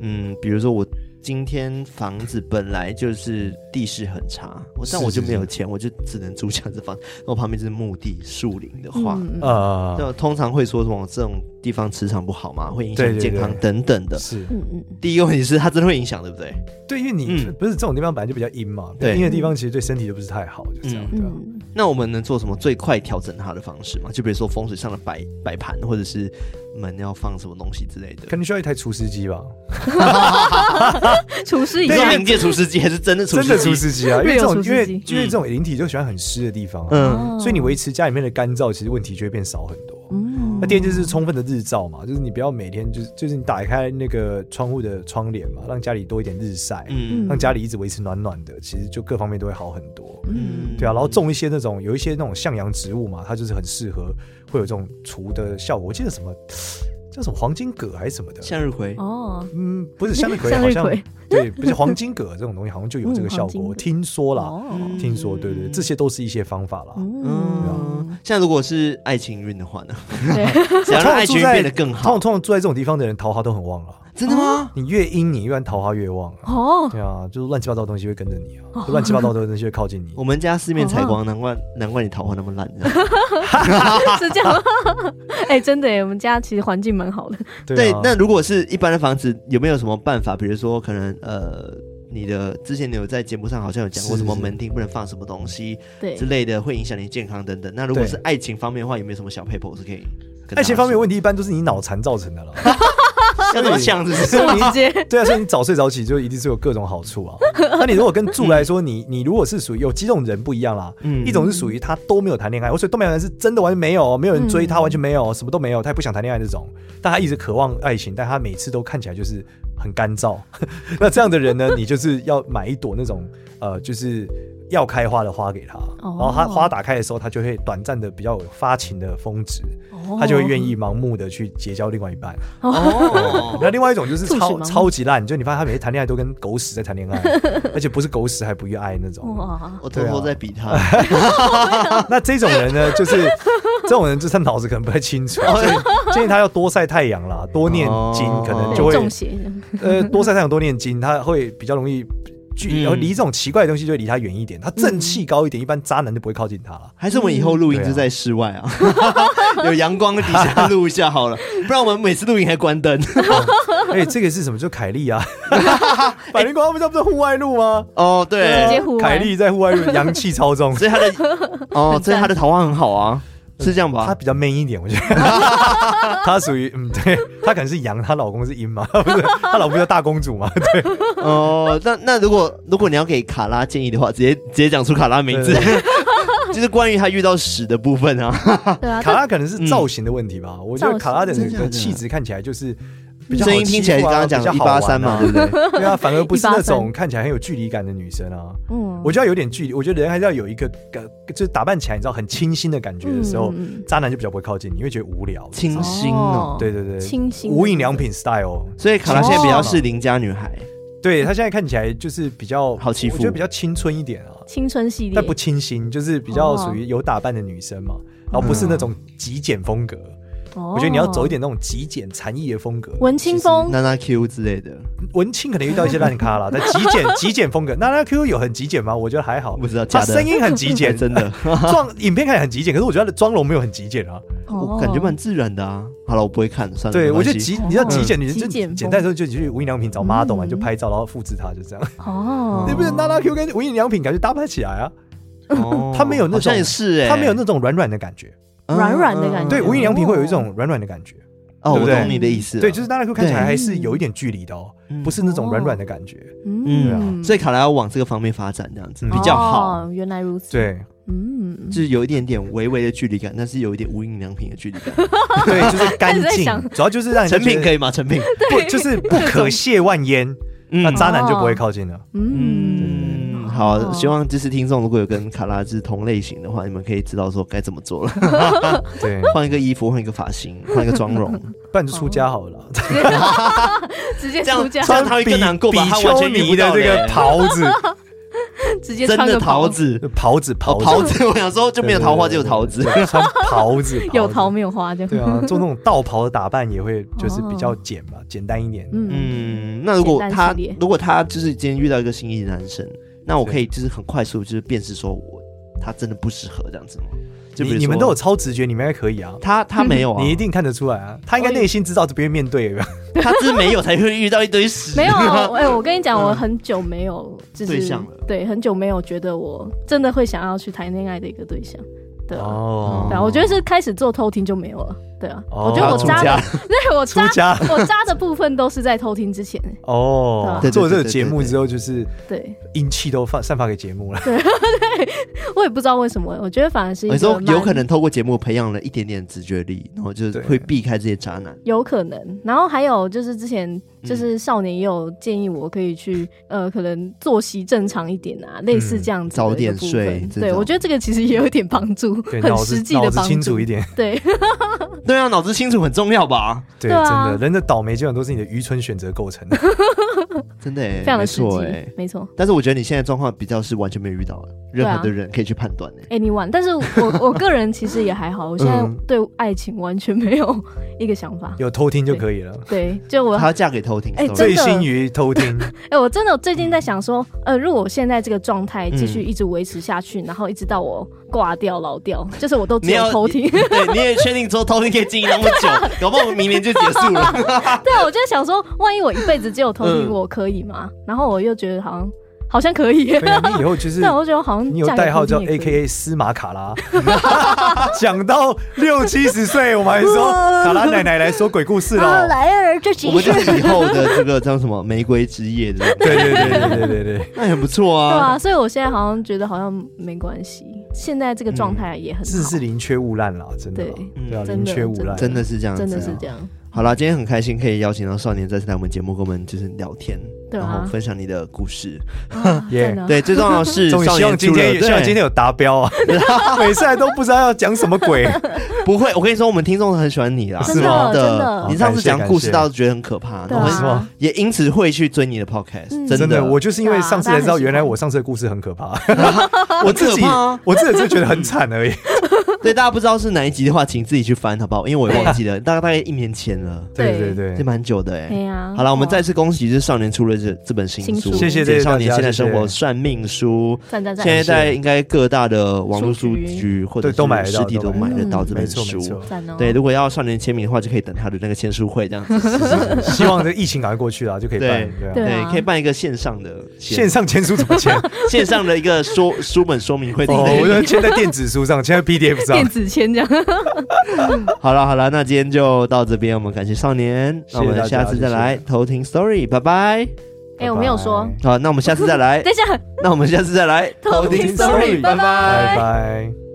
S1: 嗯，比如说我今天房子本来就是地势很差，我但
S3: 是
S1: 我就是没有钱，我就只能租这样子房，那我旁边就是墓地、树林的话。
S2: 嗯，
S3: 呃，
S1: 那通常会说什么这种地方磁场不好嘛，会影
S3: 对
S1: 响
S3: 对
S1: 健
S3: 对
S1: 康等等的。
S3: 是
S2: 嗯嗯，
S1: 第一个问题是它真的会影响，对不对？
S3: 对，因为你
S1: 嗯
S3: 不是这种地方本来就比较阴嘛，
S1: 对
S3: 阴的地方其实对身体就不是太好，就这样，对啊吧？
S2: 嗯，
S1: 那我们能做什么最快调整它的方式吗？就比如说风水上的摆摆盘，或者是门要放什么东西之类的
S3: 可。能需要一台除湿机吧，
S2: 嗯厨师一
S1: 你说
S2: 样，
S1: 冥界除湿机还是真的除
S3: 真
S1: 湿
S3: 的
S1: 机
S3: 除？湿机啊，因为
S2: Real
S3: 这种
S2: 除
S3: 因
S2: 湿
S3: 为
S2: 机
S3: 因为这种灵体就喜欢很湿的地方啊，
S1: 嗯，
S2: 哦
S3: 所以你维持家里面的干燥，其实问题就会变少很多。
S2: 嗯
S3: 那第二就是充分的日照嘛，就是你不要每天就是就是你打开那个窗户的窗帘嘛，让家里多一点日晒，
S1: 嗯
S3: 让家里一直维持暖暖的，其实就各方面都会好很多。
S1: 嗯
S3: 对啊，然后种一些那种有一些那种向阳植物嘛，它就是很适合会有这种除的效果。我记得什么叫什么黄金葛还是什么的，
S1: 向日葵，
S2: 哦，
S3: 嗯，不是向日葵，
S2: *laughs* 向
S3: 好
S2: 日
S3: 像
S2: 葵
S3: 对，不是黄金葛这种东西，好像就有这个
S2: 嗯
S3: 效
S2: 黄金葛
S3: 果。我听说啦，
S2: 哦，
S3: 听说，对对，这些都是一些方法啦。
S1: 嗯
S2: 嗯，，
S1: 现在如果是爱情运的话
S3: *laughs*
S1: 呢？
S2: 对，
S1: 想要让爱情
S3: 住
S1: 运
S3: 啊在
S1: 变得更
S3: 通
S1: 好
S3: 常，通常住在这种地方的人，桃花都很旺啦。
S1: 真的吗？
S3: 你越阴，你越桃花越旺啊。
S2: 哦，
S3: 对啊，就是乱七八糟的东西会跟着你啊，就乱七八糟的东西会靠
S2: *laughs*
S3: 近你。
S1: 我们家四面采
S2: 哦
S1: 光，难怪难怪你桃花那么烂。这
S3: *laughs*
S1: 样
S2: 是这样 *laughs* 吗，哎，真的耶，我们家其实环境蛮好的，
S1: 对
S3: 对啊，，
S1: 那如果是一般的房子，有没有什么办法？比如说，可能呃，你的之前你有在节目上好像有讲过
S3: 是
S1: 什么
S3: 是
S1: 门厅不能放什么东西
S2: 对
S1: 之，类的，会影响你健康等等。那如果
S3: 对
S1: 是爱情方面的话，有没有什么小 paper 是可以跟大家说？
S3: 爱情方面的问题一般都是你脑残造成的啦。
S1: 要怎么想？是不是
S3: *laughs* 所以
S2: 这
S3: 你
S2: 么直接，
S3: 对啊，所以你早睡早起就一定是有各种好处啊。那你如果跟住来说，你你如果是属于有几种人不一样啦，
S1: 嗯
S3: 一种是属于他都没有谈恋爱，我所以都没有人是真的完全没有，没有人追他，完全没有，什么都没有，他也不想谈恋爱这种，但他一直渴望爱情，但他每次都看起来就是很干燥。 *laughs* 那这样的人呢，你就是要买一朵那种呃，就是。要开花的花给他，然后他花打开的时候，他就会短暂的比较有发情的峰值，
S2: 哦
S3: 他就会愿意盲目的去结交另外一半。
S1: 哦，
S3: 那另外一种就是
S2: 兔
S3: 超
S2: 子吗
S3: 超级烂，就你发现他每哎次谈恋爱都跟 *laughs* 狗屎在谈恋爱，而且不是狗屎还不愿爱那种。
S1: *laughs*
S2: 哇，
S1: 我偷偷在比
S3: 啊
S1: 他。
S3: *laughs* 那这种人呢，就是 *laughs* 这种人，就是他脑子可能不太
S2: *laughs*
S3: 清楚，啊所以建议他要多晒太阳啦，多念经
S1: 哦，
S3: 可能
S2: 对
S3: 就会
S2: 中邪，
S3: 呃多晒太阳，多念经，他会比较容易距，
S1: 嗯
S3: 然后离这种奇怪的东西就会离他远一点。他正气高一点，一般渣男就不会靠近他了。
S1: 还是我们以后录音
S3: 嗯
S1: 就在室外啊， *laughs* 有阳光的底下录一下好了，不然我们每次录音还关
S3: *laughs*
S1: 灯。
S2: 嗯
S3: 哎，这个是什么？就
S2: *laughs*
S3: 凯莉啊，百灵光不是不是户外路吗？
S1: 哦，
S2: 直接
S1: 对，
S2: 户外
S3: 凯莉在户外路阳气超
S1: *laughs*
S3: 重，
S1: 所以他的哦，所以他的桃花很好啊，是这样
S3: 她
S1: 吧？
S3: 比较 man 一点，我觉得。她属于嗯，对，她可能是阳，她老公是阴嘛， *laughs* 不是？她老公叫大公主嘛，对
S1: 哦，那那如果如果你要给卡拉建议的话，直接直接讲出卡拉名字， *laughs* 就是关于他遇到屎的部分啊。
S2: 对啊，
S3: 卡拉可能是造型的问题吧，我觉得
S2: 造型
S3: 卡拉的
S1: 真
S3: 整
S1: 的假的
S3: 个气质看起来就是比较好
S1: 声音听起来
S3: 欺负
S1: 刚
S3: 啊
S1: 刚讲
S3: 比较
S1: 一
S3: 好玩
S1: 八
S3: 啊
S1: 三嘛，对不对？
S3: 对啊，反而不是那种
S2: 183
S3: 看起来很有距离感的女生啊。
S2: 嗯
S3: 我就要有点距离，我觉得人还是要有一个，呃就是打扮起来你知道很清新的感觉的时候，
S2: 嗯嗯嗯嗯
S3: 渣男就比较不会靠近你，会觉得无聊。
S1: 清新哦。
S3: 对对对，
S2: 清新
S3: 无印良品 style。
S1: 所以卡拉现在比较是邻家女孩，
S3: 对她现在看起来就是比较
S1: 好欺负
S3: 我觉得比较青春一点啊。
S2: 青春系列，
S3: 但不
S2: 哦
S3: 清新，就是比较属于有打扮的女生嘛，然后不是那种极简风格，
S2: 我
S3: 我觉得你要走一点那种极简禅意的风格，
S2: 哦文青风，
S1: 娜娜 Q 之类的，
S3: 文青可能遇到一些烂咖啦，但极简极简风格，那那 Q 有很极简吗？我觉得还好，
S1: 不知道
S3: 他
S1: 假的，
S3: 声音很极
S1: 还 *laughs*
S3: 简，
S1: 真
S3: *laughs*
S1: 的，
S3: 妆影片看起来很极简，可是我觉得他的妆容没有很极简啊。
S2: 哦
S1: 我感觉蛮自然的啊。好了，我不会看，算了，
S3: 对，
S1: 没
S3: 我
S1: 关
S3: 觉
S1: 系
S3: 得极，你知道极简，你就
S2: 极简风
S3: 简单说就你去无印良品找 model 嘛，
S2: 嗯
S3: 你就拍照，然后复制它，就这样。 *laughs*
S2: 哦，
S3: 你不是那那 Q 跟无印良品感觉搭不起来啊？
S1: 哦
S3: 他没有那种
S1: 好像也是哎，
S3: 它没有那种软软的感觉。
S1: 嗯
S2: 软软的感觉
S3: 对，无印良品会有一种
S2: 哦
S3: 软软的感觉。
S1: 哦，
S3: 对
S1: 我
S3: 不对
S1: 懂你的意思了，
S3: 对，就是啊那那 Q 看起来
S1: 对
S3: 还是有一点距离的哦，
S1: 嗯
S3: 不是那种软软的感觉。对
S2: 嗯，
S3: 啊
S1: 所以卡拉要往这个方面发展，这样子
S3: 嗯
S1: 比较好，
S2: 哦，原来如此，，
S3: 对
S2: 嗯，
S1: 就是有一点点微微的距离感，但是有一点无印良品的距 *laughs* 离感。
S3: 对，
S2: *laughs*
S3: 就是干
S2: 在
S3: 净，
S2: 想
S3: 主要就是让人家
S1: 成品
S3: 觉
S1: 可
S3: 得
S1: 以吗？ *laughs* 成品，
S3: 不就是不可亵玩焉，那
S1: 嗯
S3: 渣男就不会靠近了。
S2: 嗯，
S1: 嗯，好，
S2: 哦
S1: 希望就是听众如果有跟卡拉是同类型的话，你们可以知道说该怎么做了， *laughs*
S3: 对，
S1: 换一个衣服，换一个发型，换一个妆容，
S3: 不然就出家好了啦。
S2: 哦直接
S1: 这样
S2: 出家，
S1: 这样他会更难过吧
S3: 比
S1: 他完全
S3: 比
S1: 遇
S3: 丘尼
S1: 不
S3: 的
S1: 到
S3: 这个
S1: 嘞
S3: 袍子，
S2: *laughs*
S3: *laughs*
S2: 直接
S1: 真
S2: 穿个
S1: 的桃
S2: 袍，
S1: 子。
S3: 袍子，
S1: 哦，
S3: 袍
S1: 桃
S3: 子，
S1: 子，我想说就没有桃花，只有桃子。
S3: 对，对对穿
S2: *laughs*
S3: 袍子，
S2: 有桃没有花这样，
S3: 对啊，做那种道袍的打扮也会就是比较简嘛，简单一点。
S2: 哦嗯，
S1: 嗯，那如果
S2: 简单
S1: 他
S2: 系列
S1: 如果他就是今天遇到一个心仪的男生，那我可以就是很快速就是辨识说我他真的不适合这样子吗？就比
S3: 你
S1: 如
S3: 你们
S1: 说
S3: 都有超直觉，你们应该可以啊。
S1: 他他没有啊，
S3: *laughs* 你一定看得出来啊，他应该内心知道这边面对有没有
S1: *laughs* 他是没有才会遇到一堆屎。
S2: 没
S1: *laughs*
S2: 有，哎，我跟你讲，我很久没有就是
S1: 对象了
S2: 对，很久没有觉得我真的会想要去谈恋爱的一个对象，对啊，
S3: 哦
S2: 对啊，我觉得是开始做偷听就没有了，对啊， *laughs* 我
S3: 哦
S2: 觉得我
S1: 出
S2: 渣
S1: 家
S2: 的，对我
S3: 出
S2: 渣，
S3: 家
S2: *laughs* 我渣的部分都是在偷听之前，
S3: 哦。
S1: 对对对
S3: 做这个
S1: 对对
S3: 节目
S1: 对
S3: 之后，就是
S2: 对
S3: 阴气都放散发给节目了。
S2: 我也不知道为什么，我觉得反而是一
S1: 你
S2: 个
S1: 说有可
S2: 蛮
S1: 能透过节目培养了一点点直觉力，然后就是
S3: 对
S1: 会避开这些渣男。
S2: 有可能。然后还有就是之
S1: 嗯
S2: 前就是少年也有建议我可以去、呃，可能作息正常一点啊，类似这样子
S1: 嗯
S2: 的
S1: 早
S2: 一个
S1: 点
S2: 部分
S1: 睡这
S2: 对，
S1: 种
S2: 我觉得这个其实也有一点帮助，
S3: 对，
S2: 很
S3: 脑子
S2: 实际
S3: 脑
S2: 的
S3: 子
S2: 帮
S3: 清
S2: 助
S3: 楚
S2: *laughs*
S3: 一。点。
S2: 对，
S1: 哎对啊，脑子清楚很重要
S2: *laughs*
S1: 吧？
S3: 对，
S2: 对
S3: 真
S2: 啊
S3: 的，人的倒霉基本上都是你的愚蠢选择构成的。
S1: 真的哎、
S2: 非
S1: 欸，
S2: 常
S1: 没
S2: 的实
S1: 错
S2: 际
S1: 哎、，
S2: 没错。
S1: 但是我觉得你现在状况比较是完全没有遇到的，任何的
S2: 对啊
S1: 人可以去判断哎、
S2: Anyone，但是我
S1: *laughs*
S2: 我个人其实也还好，我现在
S3: 嗯
S2: 对爱情完全没有一个想法。
S3: 有偷听就可以了。
S2: 对，就我
S1: 她要嫁给偷听，
S2: 哎
S1: sorry
S2: 真
S3: 醉
S2: 的
S3: 心于偷听，
S2: 哎、我真的最近在想说，呃，如果我现在这个状态继
S1: 嗯
S2: 续一直维持下去，然后一直到我挂掉、老掉，就是我都只
S1: 你 *laughs* 要
S2: 有偷听。
S1: 对，你也确定说偷听可以经营那么久，搞不好我们明年就结束了。
S2: *laughs* 对啊，我就在想说，万一我一辈子只有偷听，
S1: 嗯
S2: 我可以吗？然后我又觉得好像好像可以耶，
S3: 对啊，
S2: *laughs*
S3: 你以后就是
S2: 但我就觉得好像
S3: 你有
S2: 嫁给
S3: 代号
S2: 偷
S3: 叫
S2: 听也
S3: A
S2: 可以
S3: K A 司马卡拉， *laughs* 讲到六七十岁，我们还说卡拉奶奶来说鬼故事喽。
S2: 莱尔这
S1: 哦我
S2: 集
S1: 们就是以后的这个叫什么玫瑰之夜的，
S3: 对对对对对对对，
S1: 那也很不错
S2: 对
S1: 啊。
S2: 啊，所以我现在好像觉得好像没关系，现在这个状态
S1: 嗯
S2: 也很好，
S3: 自是宁缺毋滥啦，真的啦，
S1: 对
S3: 对啊，
S2: 真
S3: 宁
S2: 的
S3: 缺毋滥，
S1: 真的是这样子、啊，
S2: 真的是这样，
S1: 好啦，今天很开心可以邀请到少年再次来我们节目，跟我们就是聊天，
S2: 对啊
S1: 然哦后分享你的故事。
S2: 啊
S3: Yeah
S2: 真的啊
S1: 对，最重要的是
S3: *laughs* 终于
S1: 少
S3: 希望
S1: 年
S3: 今
S1: 出了，
S3: 天有希望
S1: 对
S3: 今天有达标
S1: *laughs*
S3: 啊！每次来都不知道要讲什么鬼，
S1: 不会。我跟你说，我们听众很喜欢你啦，
S2: 真的是吗真的
S1: 你上次讲故事，
S3: 好
S1: 大家都觉得很可怕，
S2: 对
S1: 然
S2: 啊
S1: 后
S3: 是吗？
S1: 也因此会去追你的 podcast，
S2: 嗯
S1: 真
S3: 真的，
S1: 的，
S3: 我就是因为
S2: 对啊
S3: 上次才知
S2: 大家
S3: 道，
S2: 很喜欢
S3: 原来我上次的故事很可
S1: *laughs*
S3: 怕，
S1: 我
S3: 我自己
S1: 很可怕啊
S3: 我自己就觉得很惨而已。
S1: *laughs* 对大家不知道是哪一集的话，请自己去翻好不好？因为我也忘记
S3: *laughs*
S1: 了，大概大概一年前了，
S3: 对对
S2: 对
S1: 也
S3: 对，
S1: 蛮久的哎、
S2: 哎呀，
S1: 好了，我们
S2: 哇
S1: 再次恭喜，就是少年出了这这本新
S2: 新
S1: 书，
S2: 书谢
S3: 谢
S1: 简
S3: 谢谢
S1: 少年
S3: 大家
S1: 现在生
S3: 谢
S1: 活
S3: 谢
S1: 算命书，
S2: 赞赞赞
S1: 现在在应该各大的网络
S2: 书
S1: 书
S2: 局
S1: 局或者
S3: 对都买
S1: 是
S3: 得
S1: 实
S3: 到
S1: 体都
S3: 都
S1: 买
S2: 买
S1: 得
S2: 得
S1: 到
S2: 到
S1: 这
S3: 没
S1: 本
S3: 错没错
S1: 书。。
S2: 赞哦，
S1: 对，如果要少年签名的话，就可以等他的那个签书会这样子。
S3: 希望这疫情赶快过去了， *laughs* 就可以办。对啊
S2: 对啊
S1: 对，可以办一个线上的
S3: 线上签书怎么签？
S1: *laughs* 线上的一个说书本说明会之
S3: 哦，
S1: 类
S3: 我
S1: 的。
S3: 就签在电子书上，签在 PDF 上
S2: 电。子签这样。
S1: 好了好了，那今天就到这边，我们感谢少年，那
S3: 谢谢
S1: 我们
S3: 大家
S1: 下次再
S3: 谢谢
S1: 来偷听 story，拜拜。
S2: 哎，我没有说， *laughs*
S1: 好，那我们下次再来
S2: 等，一下，
S1: 那我们下次再来
S2: 偷听 story，拜拜
S3: 拜拜。